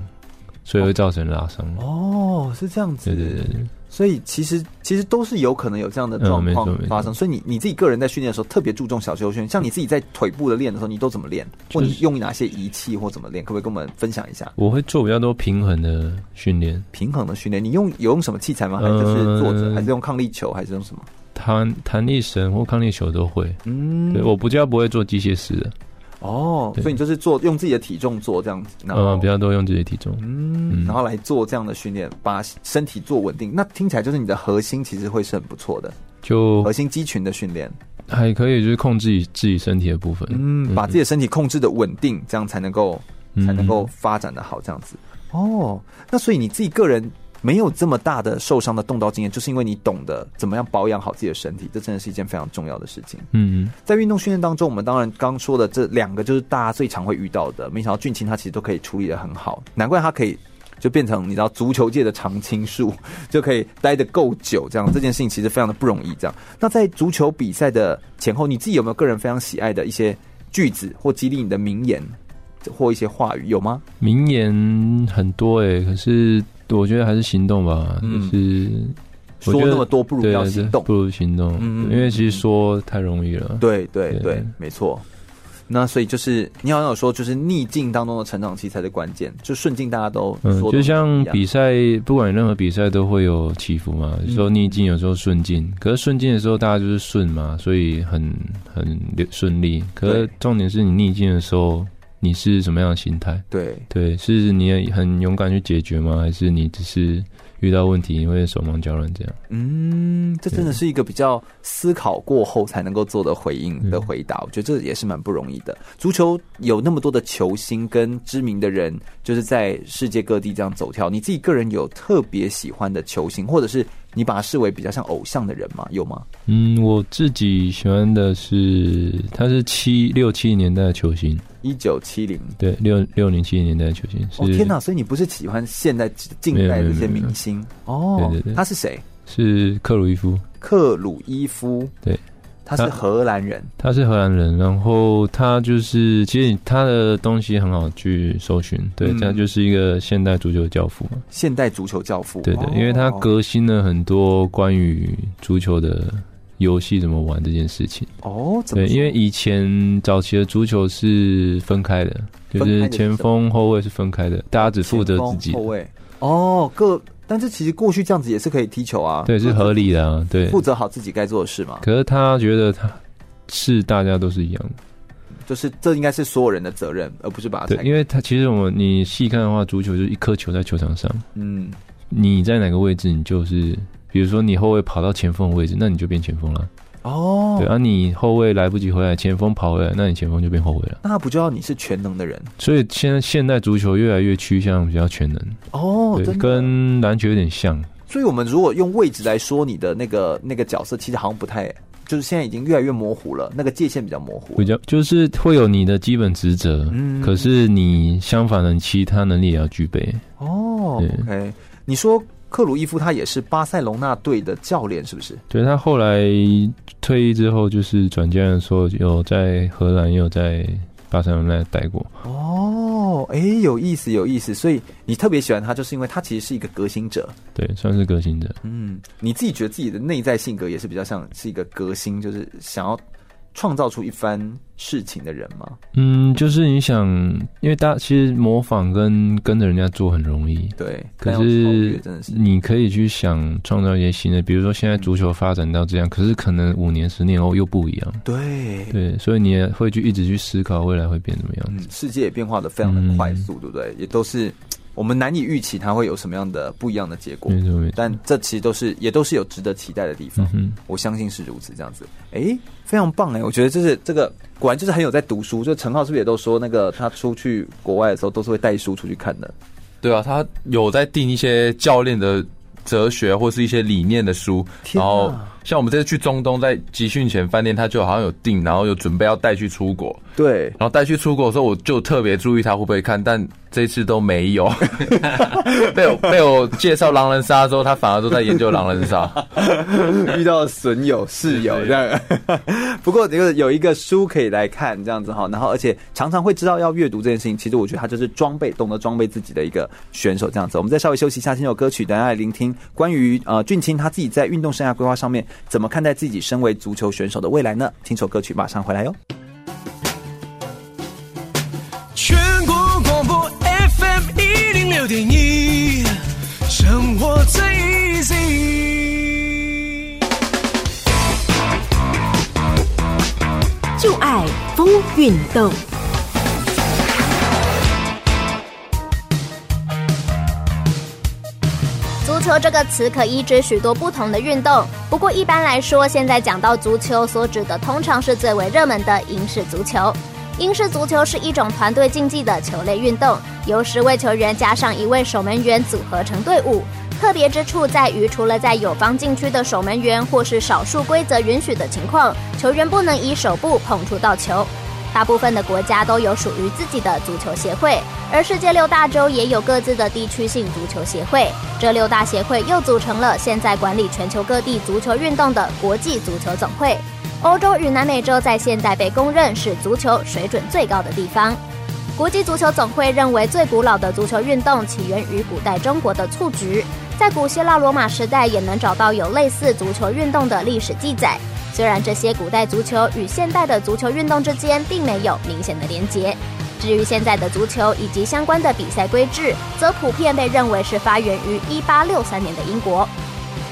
所以会造成拉伤。哦，是这样子。对对对对，所以其实其实都是有可能有这样的嗯状没错况没错发生。所以你你自己个人在训练的时候特别注重小修训，像你自己在腿部的练的时候，你都怎么练？或就是你用哪些仪器或怎么练？可不可以跟我们分享一下我会做比较多平衡的训练，平衡的训练？你用有用什么器材吗？还是就是坐着？嗯还是用抗力球？还是用什么？弹弹力绳或抗力球都会。嗯对，我比较不会做机械式的，哦，对所以你就是做用自己的体重做这样子，然后嗯，比较多用自己体重。哦嗯，嗯然后来做这样的训练，把身体做稳定。那听起来就是你的核心其实会是很不错的，就核心肌群的训练，还可以，就是控制自己自己身体的部分，嗯，把自己的身体控制的稳定，这样才能够嗯才能够发展的好，这样子。哦，那所以你自己个人没有这么大的受伤的动刀经验，就是因为你懂得怎么样保养好自己的身体，这真的是一件非常重要的事情。嗯，在运动训练当中，我们当然刚说的这两个就是大家最常会遇到的，没想到俊卿他其实都可以处理的很好，难怪他可以。就变成你知道足球界的常青树，就可以待得够久，这样这件事情其实非常的不容易。这样，那在足球比赛的前后，你自己有没有个人非常喜爱的一些句子或激励你的名言或一些话语有吗？名言很多诶、可是我觉得还是行动吧，嗯就是我说觉得那么多不如对要行动不。如行动，嗯嗯因为其实说太容易了，对对对对，没错。那所以就是你好像有说，就是逆境当中的成长期才是关键，就顺境大家都嗯，说都就一像样比赛，不管任何比赛都会有起伏嘛，嗯有时候逆境，有时候顺境。可是顺境的时候，大家就是顺嘛，所以很很顺利。可是对重点是你逆境的时候，你是什么样的心态？对对，是你也很勇敢去解决吗？还是你只是遇到问题你会手忙脚乱这样？嗯，这真的是一个比较思考过后才能够做的回嗯应的回答，我觉得这也是蛮不容易的。足球有那么多的球星跟知名的人，就是在世界各地这样走跳。你自己个人有特别喜欢的球星，或者是你把他视为比较像偶像的人吗？有吗？嗯，我自己喜欢的是，他是七六七年代的球星，一九七零。对，六六零七年代的球星是、哦天哪！所以你不是喜欢现代近代的这些明星哦？对对对他是谁？是克鲁伊夫。克鲁伊夫。对，他是荷兰人。他是荷兰人，然后他就是其实他的东西很好去搜寻，对，嗯他就是一个现代足球教父嘛，现代足球教父。对对，因为他哦革新了很多关于足球的游戏怎么玩这件事情，哦，怎么对，说因为以前早期的足球是分开的，分就开的是是前锋后卫是分开的，大家只负责自己前锋，后卫哦，各但是其实过去这样子也是可以踢球啊，对，是合理的、啊，对负。责好自己该做的事嘛，可是他觉得他是大家都是一样的。就是这应该是所有人的责任，而不是把它对，裁因为他其实我们你细看的话，足球就是一颗球在球场上，嗯你在哪个位置，你就是，比如说你后卫跑到前锋的位置，那你就变前锋了。哦，对，啊，你后卫来不及回来，前锋跑回来，那你前锋就变后卫了。那不就要你是全能的人所以现在现代足球越来越趋向比较全能，哦，对，真的跟篮球有点像。所以我们如果用位置来说你的那个那个角色，其实好像不太，就是现在已经越来越模糊了，那个界限比较模糊比，较就是会有你的基本职责，嗯可是你相反的，你其他能力也要具备。哦对，OK，你说克鲁伊夫他也是巴塞隆纳队的教练是不是？对他后来退役之后，就是转教练说有在荷兰，也有在巴塞罗那待过。哦，哎，有意思，有意思。所以你特别喜欢他，就是因为他其实是一个革新者。对，算是革新者。嗯，你自己觉得自己的内在性格也是比较像是一个革新，就是想要创造出一番事情的人吗？嗯，就是你想，因为大其实模仿跟跟着人家做很容易，对，可但要超越是真的是，你可以去想创造一些新的，比如说现在足球发展到这样，可是可能五年、十年后又不一样，对，对，所以你也会去一直去思考未来会变怎么样。嗯，世界也变化的非常的快速，对不嗯对？也都是我们难以预期它会有什么样的不一样的结果。没错，没错。但这其实都是也都是有值得期待的地方嗯，哼，我相信是如此。这样子，诶，非常棒诶，我觉得就是这个果然就是很有在读书。就陈浩是不是也都说那个他出去国外的时候都是会带书出去看的？对啊，他有在定一些教练的哲学或是一些理念的书，天然啊后像我们这次去中东，在集训前饭店他就好像有订，然后有准备要带去出国，对，然后带去出国的时候，我就特别注意他会不会看，但这次都没 有。被我被我介绍狼人杀之后，他反而都在研究狼人杀。 遇到损友、室友这样。 不过这个有一个书可以来看，这样子哈。然后而且常常会知道要阅读这件事情，其实我觉得他就是装备，懂得装备自己的一个选手这样子。我们再稍微休息一下，先有歌曲，等下来聆听关于呃俊清他自己在运动生涯规划上面怎么看待自己身为足球选手的未来呢？听首歌曲，马上回来哟。全国广播 FM 一零六点一，生活最 easy。就爱风运动。足球这个词可依指许多不同的运动，不过一般来说，现在讲到足球所指的通常是最为热门的英式足球。英式足球是一种团队竞技的球类运动，由十位球员加上一位守门员组合成队伍。特别之处在于，除了在有方禁区的守门员或是少数规则允许的情况，球员不能以手部碰触到球。大部分的国家都有属于自己的足球协会，而世界六大洲也有各自的地区性足球协会。这六大协会又组成了现在管理全球各地足球运动的国际足球总会。欧洲与南美洲在现代被公认是足球水准最高的地方。国际足球总会认为，最古老的足球运动起源于古代中国的蹴鞠，在古希腊罗马时代也能找到有类似足球运动的历史记载。虽然这些古代足球与现代的足球运动之间并没有明显的连结，至于现在的足球以及相关的比赛规制，则普遍被认为是发源于1863年的英国。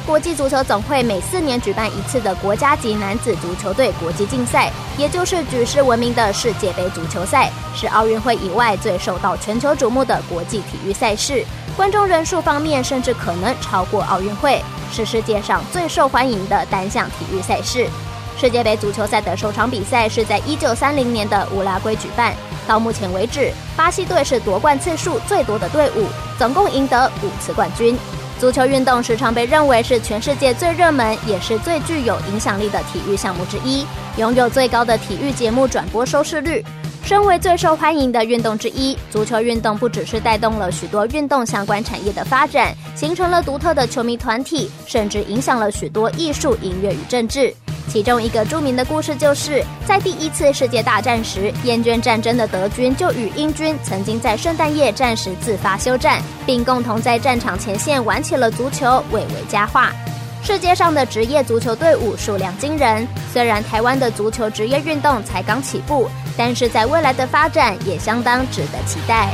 国际足球总会每四年举办一次的国家级男子足球队国际竞赛，也就是举世闻名的世界杯足球赛，是奥运会以外最受到全球瞩目的国际体育赛事。观众人数方面，甚至可能超过奥运会，是世界上最受欢迎的单项体育赛事。世界杯足球赛的首场比赛是在1930年的乌拉圭举办。到目前为止，巴西队是夺冠次数最多的队伍，总共赢得五次冠军。足球运动时常被认为是全世界最热门，也是最具有影响力的体育项目之一，拥有最高的体育节目转播收视率。身为最受欢迎的运动之一，足球运动不只是带动了许多运动相关产业的发展，形成了独特的球迷团体，甚至影响了许多艺术、音乐与政治。其中一个著名的故事就是，在第一次世界大战时，厌倦战争的德军就与英军曾经在圣诞夜战时自发休战，并共同在战场前线玩起了足球，蔚为佳话。世界上的职业足球队伍数量惊人，虽然台湾的足球职业运动才刚起步，但是在未来的发展也相当值得期待。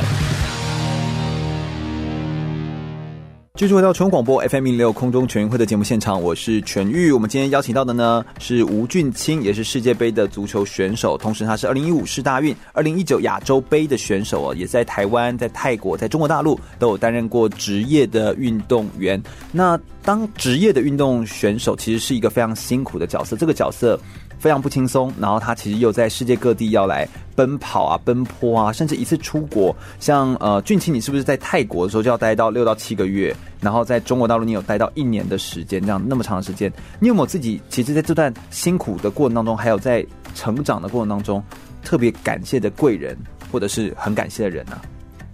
继续回到全国广播 FM 零六空中全运会的节目现场，我是全玉。我们今天邀请到的呢是吴俊清，也是世界杯的足球选手，同时他是二零一五世大运、二零一九亚洲杯的选手哦，也在台湾、在泰国、在中国大陆都有担任过职业的运动员。那当职业的运动选手其实是一个非常辛苦的角色，这个角色非常不轻松。然后他其实又在世界各地要来奔跑啊、奔波啊，甚至一次出国，像呃俊清，你是不是在泰国的时候就要待到六到七个月？然后在中国大陆你有待到一年的时间，这样那么长的时间，你有没有自己其实在这段辛苦的过程当中，还有在成长的过程当中，特别感谢的贵人，或者是很感谢的人啊呢、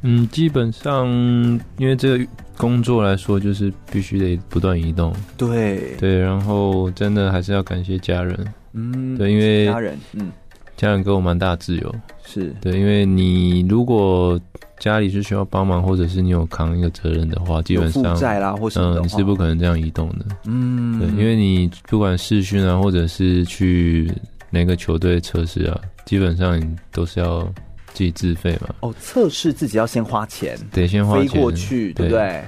嗯，基本上因为这个工作来说，就是必须得不断移动，对，对，然后真的还是要感谢家人，嗯，对因为家人，嗯，家人给我蛮大自由，是对，因为你如果家里是需要帮忙，或者是你有扛一个责任的话，基有本负上，债啦或什么嗯，的你话是不可能这样移动的，嗯，对，因为你不管试训啊，或者是去哪个球队测试啊，基本上你都是要自己自费嘛，哦，测试自己要先花钱，得先花飞钱过去，对对不对？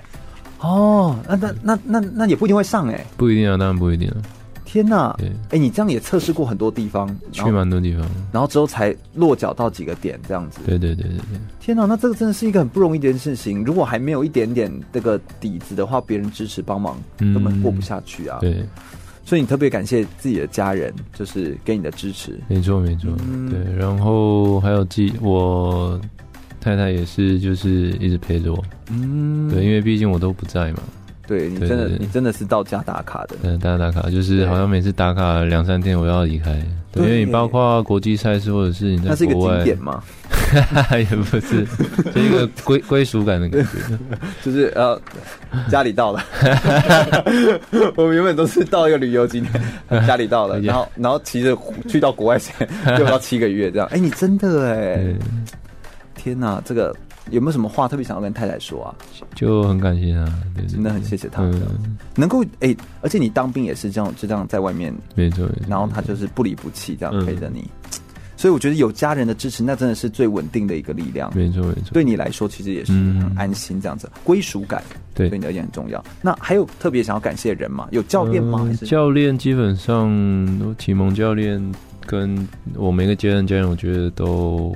哦，那那那那那也不一定会上哎、不一定啊，当然不一定啊，天哪！对哎、你这样也测试过很多地方，然去后蛮多地方，然后之后才落脚到几个点这样子。对对对对对，天哪，那这个真的是一个很不容易的事情。如果还没有一点点这个底子的话，别人支持帮忙，嗯根本过不下去啊。对，所以你特别感谢自己的家人，就是给你的支持。没错没错，嗯对，然后还有自己我太太也是，就是一直陪着我，嗯，对，因为毕竟我都不在嘛，对你对真的对对你真的是到家打卡的，对，打卡打卡，就是好像每次打卡两三天，我要离开。对，对因为你包括国际赛事或者是你在那是一个国景外，点吗？ 也不是，就一个归归属感的感觉。就是呃，家里到 了，我们原本都是到一个旅游景 点，家里到了，然后然后骑着去到国外前六到七个月这样。 哎、你真的哎、天哪，这个有没有什么话特别想要跟太太说啊？就很感谢他，对真的很谢谢他，嗯这样子能够哎、而且你当兵也是这样，就这样在外面，没错，没错然后他就是不离不弃这样嗯陪着你。所以我觉得有家人的支持，那真的是最稳定的一个力量。没错，没错。对你来说，其实也是嗯很安心这样子，归属感对对你而言很重要。那还有特别想要感谢的人吗？有教练吗？嗯还是教练基本上呃启蒙教练跟我每个阶段教练，我觉得都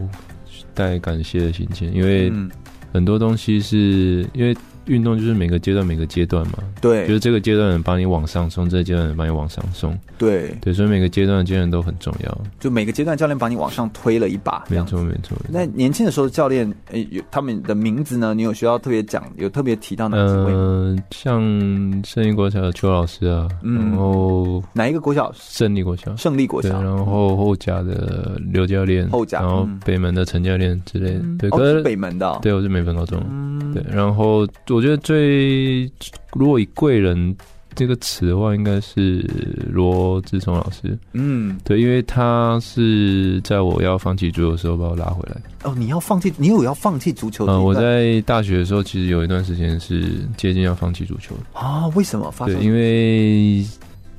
带感谢的心情，因为嗯很多东西是因为运动就是每个阶段每个阶段嘛，对就是这个阶段能帮你往上送，这个阶段能帮你往上送，对对，所以每个阶段的教练都很重要，就每个阶段教练把你往上推了一把，这没样子。错没错。那年轻的时候，教练诶、有他们的名字呢？你有需要特别讲，有特别提到哪几位？嗯，像圣义国小的邱老师啊，嗯然后哪一个国小？胜利国小，胜利国对，小。嗯然后后甲的刘教练，后甲然后嗯北门的陈教练之类的，对，哦，可是是北门的哦、对我是美分高中，嗯对，然后我觉得最如果以贵人这个词的话，应该是罗志聪老师，嗯，对，因为他是在我要放弃足球的时候把我拉回来。哦，你要放弃，你有要放弃足球这一呃，段？我在大学的时候，其实有一段时间是接近要放弃足球的，啊，为什么发对，生？因为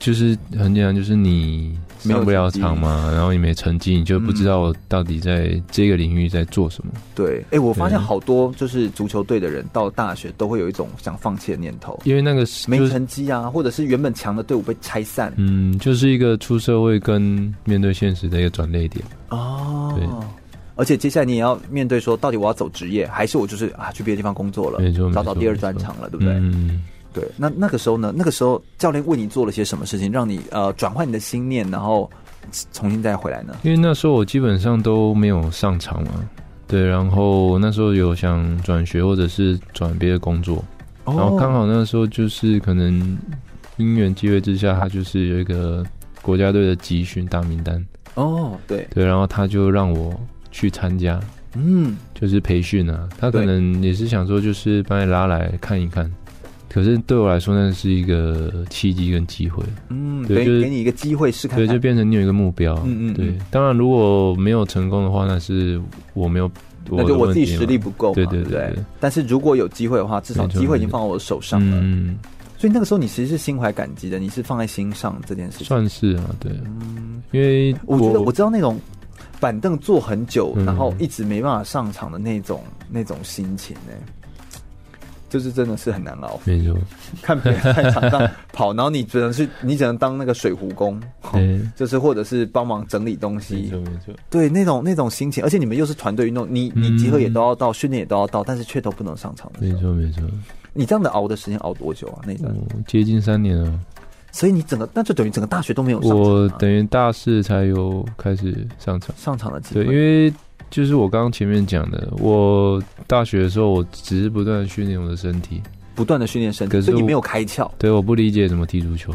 就是很简单，就是你没有上不了成绩场嘛，然后你没成绩，你就不知道我到底在这个领域在做什么。对，哎、我发现对好多就是足球队的人到大学都会有一种想放弃的念头，因为那个是没就是成绩啊，或者是原本强的队伍被拆散嗯，就是一个出社会跟面对现实的一个转捩点。对哦。而且接下来你也要面对说，到底我要走职业，还是我就是啊去别的地方工作了没错，没，找找错第二没专错长了，对不对？嗯，对。那那个时候呢？那个时候教练为你做了些什么事情，让你呃转换你的心念，然后重新再回来呢？因为那时候我基本上都没有上场嘛，对，然后那时候有想转学或者是转别的工作，哦然后刚好那时候就是可能因缘机会之下，他就是有一个国家队的集训大名单，哦，对，对，然后他就让我去参加，嗯，就是培训啊，他可能也是想说就是把你拉来看一看。可是对我来说，那是一个契机跟机会，嗯，对给就是给你一个机会试看对，就看。变成你有一个目标。嗯嗯嗯对。当然，如果没有成功的话，那是我没有我那的就我问自己题嘛。实力不够嘛，对对对不对对对？但是如果有机会的话，至少没错机会已没经错放在我的手上了。嗯，所以那个时候你其实是心怀感激的，你是放在心上这件事情。算是啊，对。因为嗯我觉得我知道那种板凳坐很久，嗯然后一直没办法上场的那种那种心情呢、就是真的是很难熬。 没错，看别人在场上跑，然后你只能去，你只能当那个水壶工，对 就是或者是帮忙整理东没西错，。没错。对，那种那种心情，而且你们又是团队运动，你你嗯集合也都要到，训练也都要到，但是却都不能上场的没时候。错，没错，你这样的熬的时间熬多久啊？那一段，我接近三年了，所以你整个那就等于整个大学都没有上场啊、我等于大四才有开始上场。上场的机对，会，因为就是我刚刚前面讲的，我大学的时候，我只是不断地训练我的身体，不断的训练身体，可是所以你我没有开窍。对，我不理解怎么踢足球。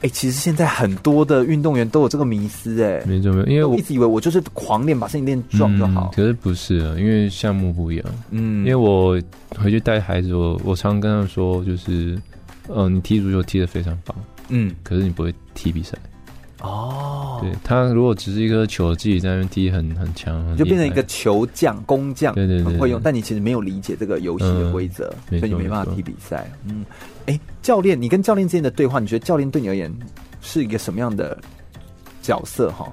哎、其实现在很多的运动员都有这个迷思、哎，没错，没错，因为我我一直以为我就是狂练，把身体练壮就好嗯。可是不是啊，因为项目不一样。嗯，因为我回去带孩子，我我常跟他们说，就是，呃，你踢足球踢得非常棒，嗯可是你不会踢比赛。哦，对他如果只是一颗球自己在那边踢很很强，很你就变成一厉害个球匠、工匠，对对对很会用，对但你其实没有理解这个游戏的规则，嗯没所错以你没办法踢比赛。嗯，哎、教练，你跟教练之间的对话，你觉得教练对你而言是一个什么样的角色？哈，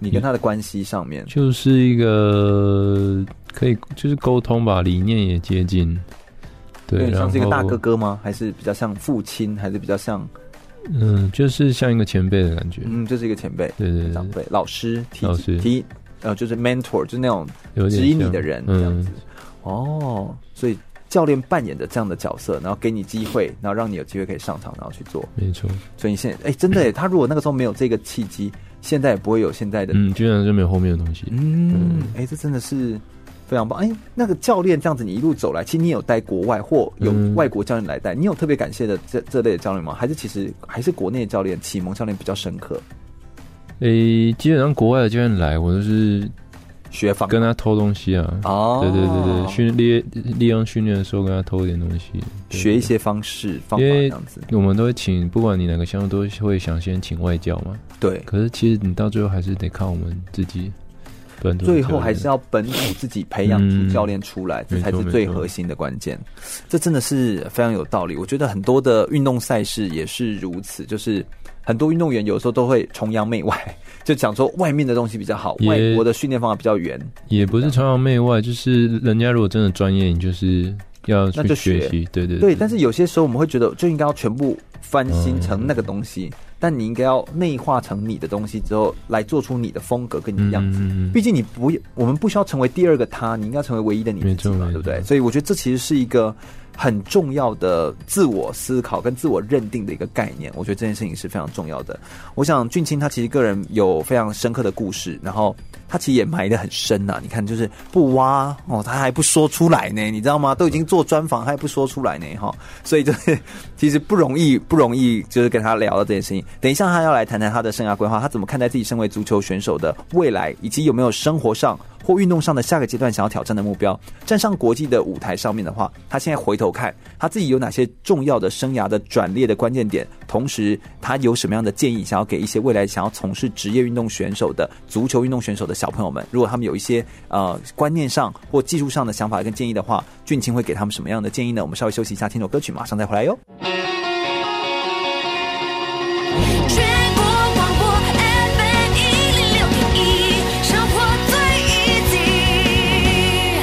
你嗯跟他的关系上面，就是一个可以就是沟通吧，理念也接近。有对，点然像后是一个大哥哥吗？还是比较像父亲？还是比较像嗯，就是像一个前辈的感觉，嗯，就是一个前辈、对对对长，辈、老师、提老师提呃，就是 mentor，就是那种有点指引你像的人这样嗯子，哦，所以教练扮演着这样的角色，然后给你机会，然后让你有机会可以上场，然后去做。没错，所以你现在，哎、真 的耶，他如果那个时候没有这个契嗯机，现在也不会有现在的，嗯，居然就没有后面的东西，嗯，哎、这真的是非常棒。哎，那个教练这样子，你一路走来，其实你有带国外或有嗯外国教练来带，你有特别感谢的这这类的教练吗？还是其实还是国内的教练启蒙教练比较深刻？诶、基本上国外的教练来，我都是学法跟他偷东西啊。哦对对对对，训练利用训练的时候跟他偷一点东西，学一些方式方法因这为样子。我们都会请，不管你哪个项目，都会想先请外教嘛。对可是其实你到最后还是得靠我们自己本土的教最练。后还是要本土自己培养出嗯教练出来，这没才错是最核心的关键。这真的是非常有道理。我觉得很多的运动赛事也是如此，就是很多运动员有时候都会崇洋媚外， 就讲说外面的东西比较好，也外国的训练方法比较圆。也不是崇洋媚外，就是人家如果真的专业，你就是要那就去学习。对对对，但是有些时候我们会觉得就应该要全部翻新成那个东嗯西，但你应该要内化成你的东西之后，来做出你的风格跟你的样子。嗯嗯嗯毕竟你不，我们不需要成为第二个他，你应该成为唯一的你自己嘛，对不对？所以我觉得这其实是一个很重要的自我思考跟自我认定的一个概念。我觉得这件事情是非常重要的。我想俊清他其实个人有非常深刻的故事，然后他其实也埋得很深呐、你看，就是不挖哦，他还不说出来呢，你知道吗？都已经做专访，他还不说出来呢，哈、所以就是其实不容易，不容易，就是跟他聊到这件事情。等一下他要来谈谈他的生涯规划，他怎么看待自己身为足球选手的未来，以及有没有生活上或运动上的下个阶段想要挑战的目标。站上国际的舞台上面的话，他现在回头看他自己有哪些重要的生涯的转捩的关键点，同时他有什么样的建议想要给一些未来想要从事职业运动选手的足球运动选手的小朋友们，如果他们有一些呃观念上或技术上的想法跟建议的话，俊清会给他们什么样的建议呢？我们稍微休息一下，听首歌曲，马上再回来哟。全国广播 FM 一零六点一，生活最 easy。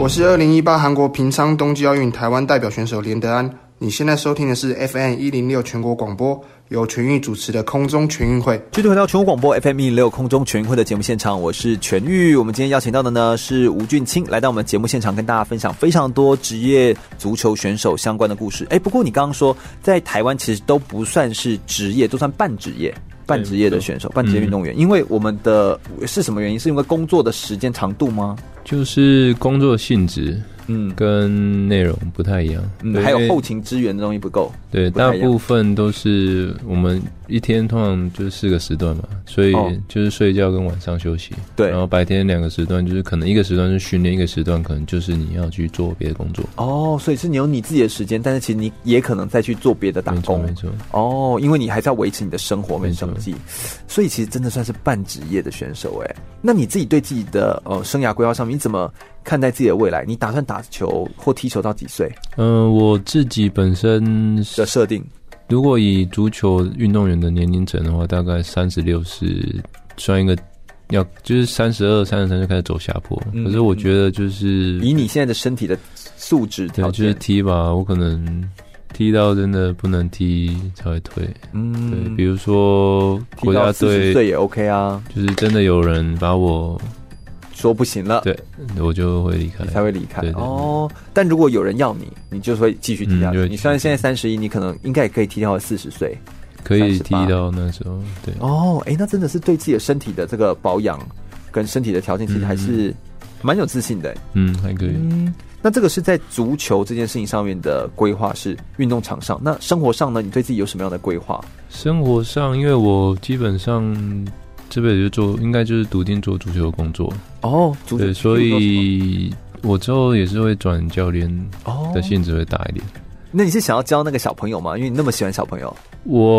我是二零一八韩国平昌冬季奥运台湾代表选手连德安。你现在收听的是 FM 一零六全国广播，由全运主持的空中全运会。继续回到全国广播 FM 一六空中全运会的节目现场，我是全玉。我们今天邀请到的呢是吴俊清，来到我们节目现场跟大家分享非常多职业足球选手相关的故事。哎，不过你刚刚说在台湾其实都不算是职业，都算半职业。半职业的选手，半职业运动嗯员，因为我们的是什么原因？是因为工作的时间长度吗？就是工作性质，嗯，跟内容不太一样。嗯，对还因有为后勤支援的东西不够。对，不太大一样部分都是我们一天通常就是四个时段嘛，所以哦就是睡觉跟晚上休息。对，然后白天两个时段，就是可能一个时段是训练，一个时段可能就是你要去做别的工作。哦，所以是你有你自己的时间，但是其实你也可能再去做别的打工，没错。哦，因为你还是要维持你的生活跟生嗯计，所以其实真的算是半职业的选手哎。那你自己对自己的呃生涯规划上面，你怎么看待自己的未来？你打算打球或踢球到几岁？嗯、我自己本身的设定，如果以足球运动员的年龄层的话，大概三十六是算一个要，就是三十二、三十三就开始走下坡。嗯可是我觉得就是以你现在的身体的素质对，条就件，是踢吧，我可能踢到真的不能踢才会退。嗯对，比如说国踢到家40队岁也 OK 啊，就是真的有人把我说不行了，对，我就会离开，才会离开对对哦。但如果有人要你，你就会继续踢下去。嗯就会你虽然现在三十一，你可能应该也可以踢到四十岁。可以38踢到那时候。对，哦，哎、那真的是对自己的身体的这个保养跟身体的条件，其实还是蛮有自信的、嗯，还可以。嗯，那这个是在足球这件事情上面的规划是运动场上，那生活上呢，你对自己有什么样的规划？生活上，因为我基本上这辈子就做，应该就是笃定做足球的工作。哦，足球对，所以我之后也是会转教练的性质会大一点。哦那你是想要教那个小朋友吗？因为你那么喜欢小朋友。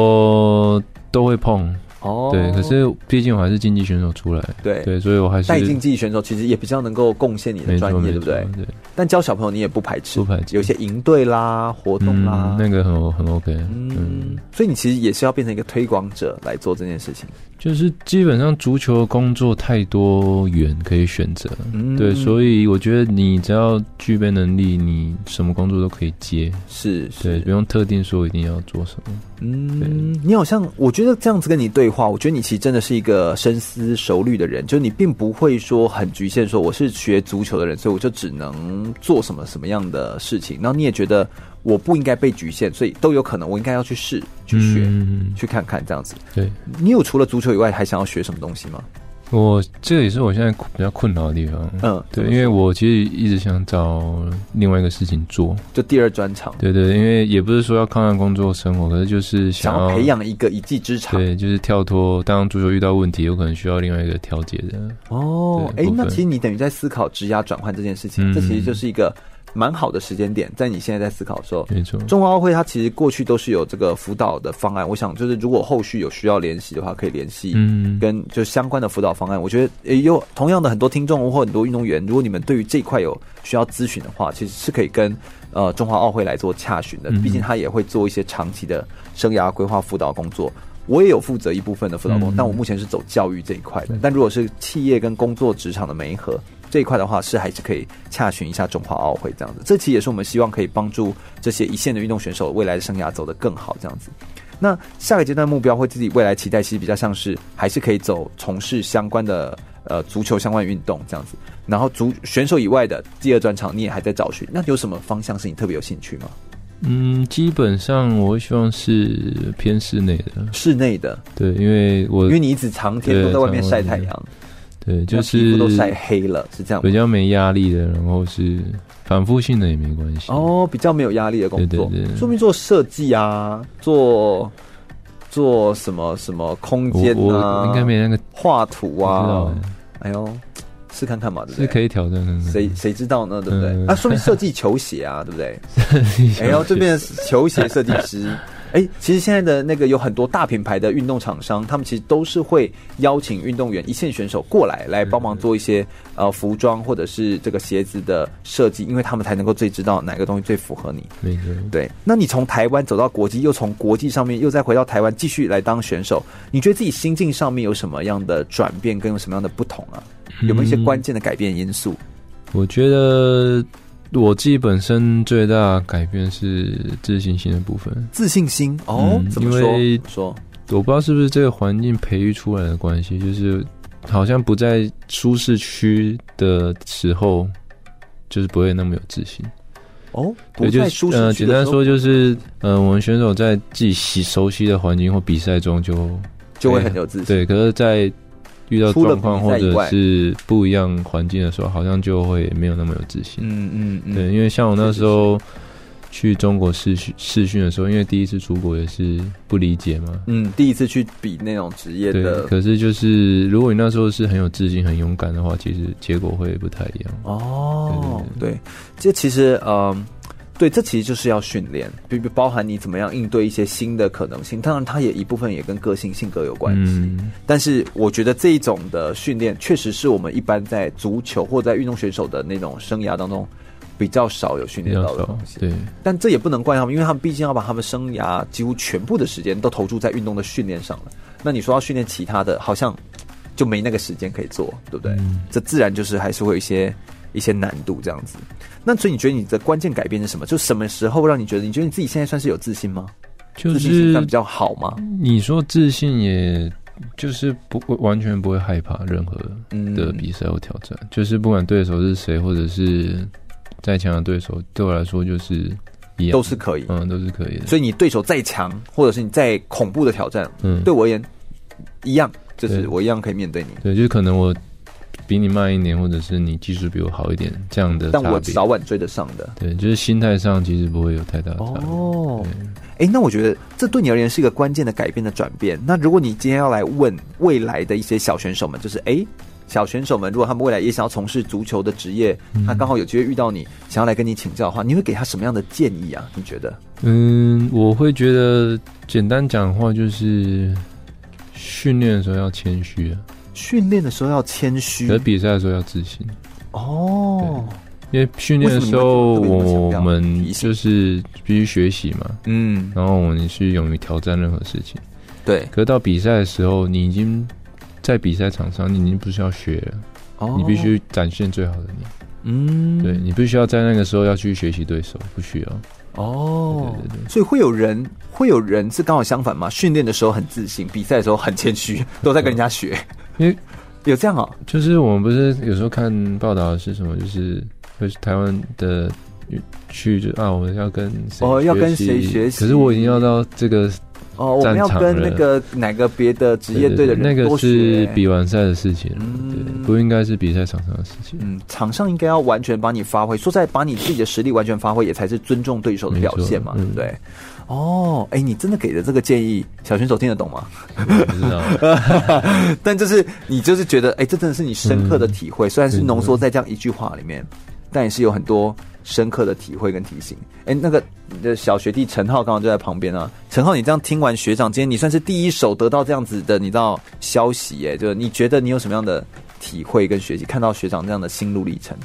我都会碰。哦对，可是毕竟我还是竞技选手出来，对对，所以我还是带竞技选手其实也比较能够贡献你的没错专业，对没错不对？对。但教小朋友你也不排斥，不排斥有一些营队啦、活动啦嗯，，那个很很 OK，嗯所以你其实也是要变成一个推广者来做这件事情。就是基本上足球工作太多元可以选择，嗯对，所以我觉得你只要具备能力，你什么工作都可以接，是，对，不用特定说一定要做什么，嗯，你好像我觉得这样子跟你对话，我觉得你其实真的是一个深思熟虑的人，就是你并不会说很局限，说我是学足球的人，所以我就只能做什么什么样的事情。然后你也觉得我不应该被局限，所以都有可能，我应该要去试、去学、嗯去看看这样子。对，你有除了足球以外还想要学什么东西吗？我这也是我现在比较困扰的地方。嗯，对，因为我其实一直想找另外一个事情做，就第二专场，对对，因为也不是说要抗衡工作生活，可是就是想嗯要要培养一个一技之长。对，就是跳脱。当足球遇到问题，有可能需要另外一个调节的。哦，哎对，部那分其实你等于在思考职涯转换这件事情，嗯这其实就是一个蛮好的时间点，在你现在在思考的时候，没错中奥会它其实过去都是有这个辅导的方案，我想就是如果后续有需要联系的话，可以联系，嗯跟就相关的辅导方案。我觉得也有同样的很多听众或很多运动员，如果你们对于这一块有需要咨询的话，其实是可以跟。呃，中华奥会来做洽询的，嗯毕竟他也会做一些长期的生涯规划辅导工作。我也有负责一部分的辅导工作，嗯但我目前是走教育这一块的。但如果是企业跟工作职场的媒合这一块的话，是还是可以洽询一下中华奥会这样子。这期也是我们希望可以帮助这些一线的运动选手未来的生涯走得更好这样子。那下个阶段目标或自己未来期待，其实比较像是还是可以走从事相关的呃足球相关运动这样子。然后足选手以外的第二专场，你也还在找寻，那有什么方向是你特别有兴趣吗？嗯，基本上我希望是偏室内的，室内的，对，因为我因为你一直长天都在外面晒太，阳，对，就那皮是肤都晒黑了，是这样吗比？较没压力的，然后是反复性的也没关系。哦，比较没有压力的工作，对对对说明做设计啊，做做什么什么空间我啊，我应该没那个画图不知道啊，哎呦，试看看嘛，对不对？是可以挑战看看。谁谁知道呢？对不对？嗯啊，说明设计球鞋啊，对不 对？球哎呦，鞋这边球鞋设计 师，哎，其实现在的那个有很多大品牌的运动厂商，他们其实都是会邀请运动员、一线选手过来，来帮忙做一些嗯呃服装或者是这个鞋子的设计，因为他们才能够最知道哪个东西最符合你。没错，对，那你从台湾走到国际，又从国际上面又再回到台湾继续来当选手，你觉得自己心境上面有什么样的转变，跟有什么样的不同啊？有没有一些嗯关键的改变因素？我觉得我自己本身最大的改变是自信心的部分。自信心哦，嗯怎么因说？为说我不知道是不是这个环境培育出来的关系，就是好像不在舒适区的时候，就是不会那么有自信。哦，不对，就太是舒适、呃，简单说，就是呃，我们选手在自己习熟悉的环境或比赛中就就会很有自信对，可是，在遇到除了状况比赛或以外者是不一样环境的时候，好像就会没有那么有自信。嗯嗯嗯，对，因为像我那时候去中国试训试训的时候，因为第一次出国也是不理解嘛，嗯，第一次去比那种职业对的，可是就是如果你那时候是很有自信、很勇敢的话，其实结果会不太一样。哦，对，这其实嗯。对，这其实就是要训练，比比包含你怎么样应对一些新的可能性。当然，它也一部分也跟个性性格有关系。嗯但是我觉得这一种的训练，确实是我们一般在足球或在运动选手的那种生涯当中比较少有训比练较到的少东西。，对，但这也不能怪他们，因为他们毕竟要把他们生涯几乎全部的时间都投注在运动的训练上了。那你说要训练其他的，好像就没那个时间可以做，对不对？嗯这自然就是还是会有一些一些难度这样子。那所以你觉得你的关键改变是什么？就什么时候让你觉得你觉得你自己现在算是有自信吗？就自信心是算比较好吗？你说自信也。就是不会完全不会害怕任何嗯的比赛或挑战，就是不管对手是谁，或者是再强的对手，对我来说就是一样，都是可以，嗯，都是可以的。所以你对手再强，或者是你再恐怖的挑战，嗯对我而言一样，就是对我一样可以面对你。对，就是可能我比你慢一点，或者是你技术比我好一点，这样的差但别。我早晚追得上的。对，就是心态上其实不会有太大的差别。哦，哎，那我觉得这对你而言是一个关键的改变的转变。那如果你今天要来问未来的一些小选手们，就是哎，诶小选手们如果他们未来也想要从事足球的职业，他刚好有机会遇到你，想要来跟你请教的话，你会给他什么样的建议啊？你觉得？嗯，我会觉得简单讲的话就是训练的时候要谦虚啊，训练的时候要谦虚可是比赛的时候要自信。哦，因为训练的时候，我们就是必须学习嘛，嗯，然后我们去勇于挑战任何事情。对，可是到比赛的时候，你已经在比赛场上，你已经不需要学了，哦你必须展现最好的你。嗯，对你不需要在那个时候要去学习对手，不需要。哦，所以会有人会有人是刚好相反吗？训练的时候很自信，比赛的时候很谦虚，都在跟人家学，因为有这样啊？就是我们不是有时候看报道是什么，就是会是台湾的去就啊，我们要跟谁哦要跟习谁学习可是我已经要到这个哦，我们要战场跟那了个哪个别的职业对队的对对人那个多是学比完赛的事情，对，不应该是比赛场上的事情。嗯，场上应该要完全把你发挥，说在把你自己的实力完全发挥，也才是尊重对手的表现嘛，对不对？哦，哎，你真的给的这个建议，小选手听得懂吗？不知道， 但就是你就是觉得，哎，这真的是你深刻的体嗯会，虽然是浓缩在这样一句话里面，但也是有很多深刻的体会跟提醒。哎，那个你的小学弟陈浩刚好就在旁边啊，陈浩，你这样听完学长，今天你算是第一手得到这样子的，你知道消息，哎，就是你觉得你有什么样的体会跟学习，看到学长这样的心路历程？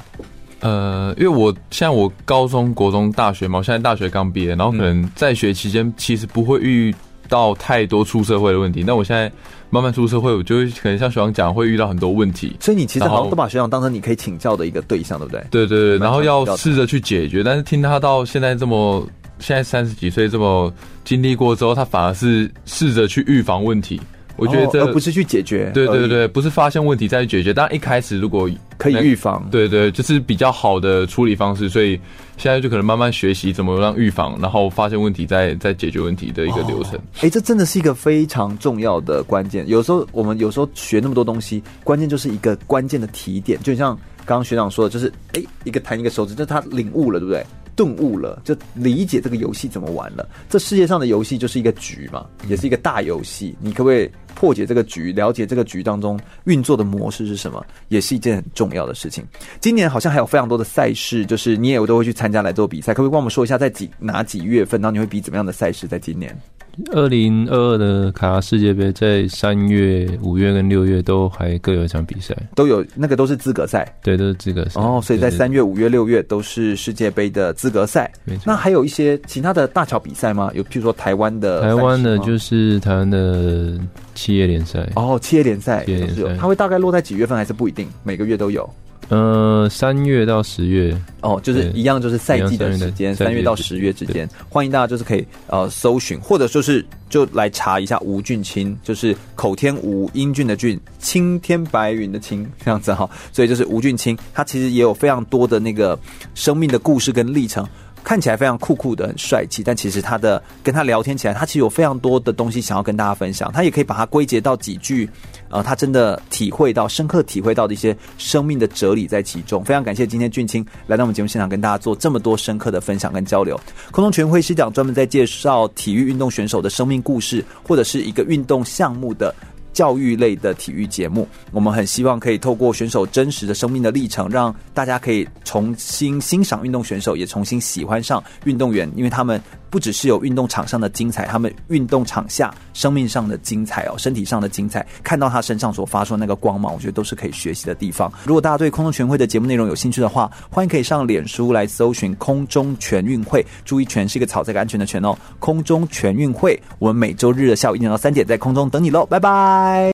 呃，因为我像我高中、国中、大学嘛，我现在大学刚毕业，然后可能在学期间其实不会遇到太多出社会的问题。那我现在慢慢出社会，我就会可能像学长讲，会遇到很多问题。所以你其实然后好像都把学长当成你可以请教的一个对象，对不对？对对对，然后蛮常遇到要的试着去解决。但是听他到现在这么，现在三十几岁这么经历过之后，他反而是试着去预防问题。我觉得哦这、而不是去解决对而对已对，不是发现问题再去解决。但一开始如果可以能预防对对，就是比较好的处理方式。所以现在就可能慢慢学习怎么让预防，然后发现问题再再解决问题的一个流程。哎、这真的是一个非常重要的关键。有时候我们有时候学那么多东西，关键就是一个关键的提点。就像刚刚学长说的，就是哎、一个弹一个手指，就是他领悟了，对不对？顿悟了，就理解这个游戏怎么玩了。这世界上的游戏就是一个局嘛，也是一个大游戏。你可不可以破解这个局，了解这个局当中运作的模式是什么，也是一件很重要的事情。今年好像还有非常多的赛事，就是你也都会去参加来做比赛。可不可以帮我们说一下，在几哪几月份，然后你会比怎么样的赛事？在今年？二零二二的卡拉世界杯在三月、五月跟六月都还各有一场比赛，都有那个都是资格赛。对，都是资格赛。哦，所以在对三月、五月、六月都是世界杯的资格赛。那还有一些其他的大小比赛吗？有，譬如说台湾的赛事台吗，湾的就是台湾的企业联赛，哦，企业联赛企业联就是有，赛它会大概落在几月份还是不一定？每个月都有。呃，三月到十月，哦，就是对一样，就是赛季的时一间，样三三月月到十月之间，欢迎大家就是可以呃搜寻，或者就是就来查一下吴俊清，就是口天吴英俊的俊，青天白云的青这样子哈、所以就是吴俊清，他其实也有非常多的那个生命的故事跟历程。看起来非常酷酷的，很帅气，但其实他的跟他聊天起来，他其实有非常多的东西想要跟大家分享，他也可以把它归结到几句，呃，他真的体会到、深刻体会到的一些生命的哲理在其中。非常感谢今天俊清来到我们节目现场，跟大家做这么多深刻的分享跟交流。空中全运会是一档专门在介绍体育运动选手的生命故事，或者是一个运动项目的教育类的体育节目。我们很希望可以透过选手真实的生命的历程，让大家可以重新欣赏运动选手，也重新喜欢上运动员，因为他们不只是有运动场上的精彩，他们运动场下生命上的精彩哦，身体上的精彩，看到他身上所发出的那个光芒，我觉得都是可以学习的地方。如果大家对空中全运会的节目内容有兴趣的话，欢迎可以上脸书来搜寻“空中全运会”，注意“全”是一个草这个安全的“全”哦，“空中全运会”，我们每周日的下午一点到三点在空中等你喽，拜拜。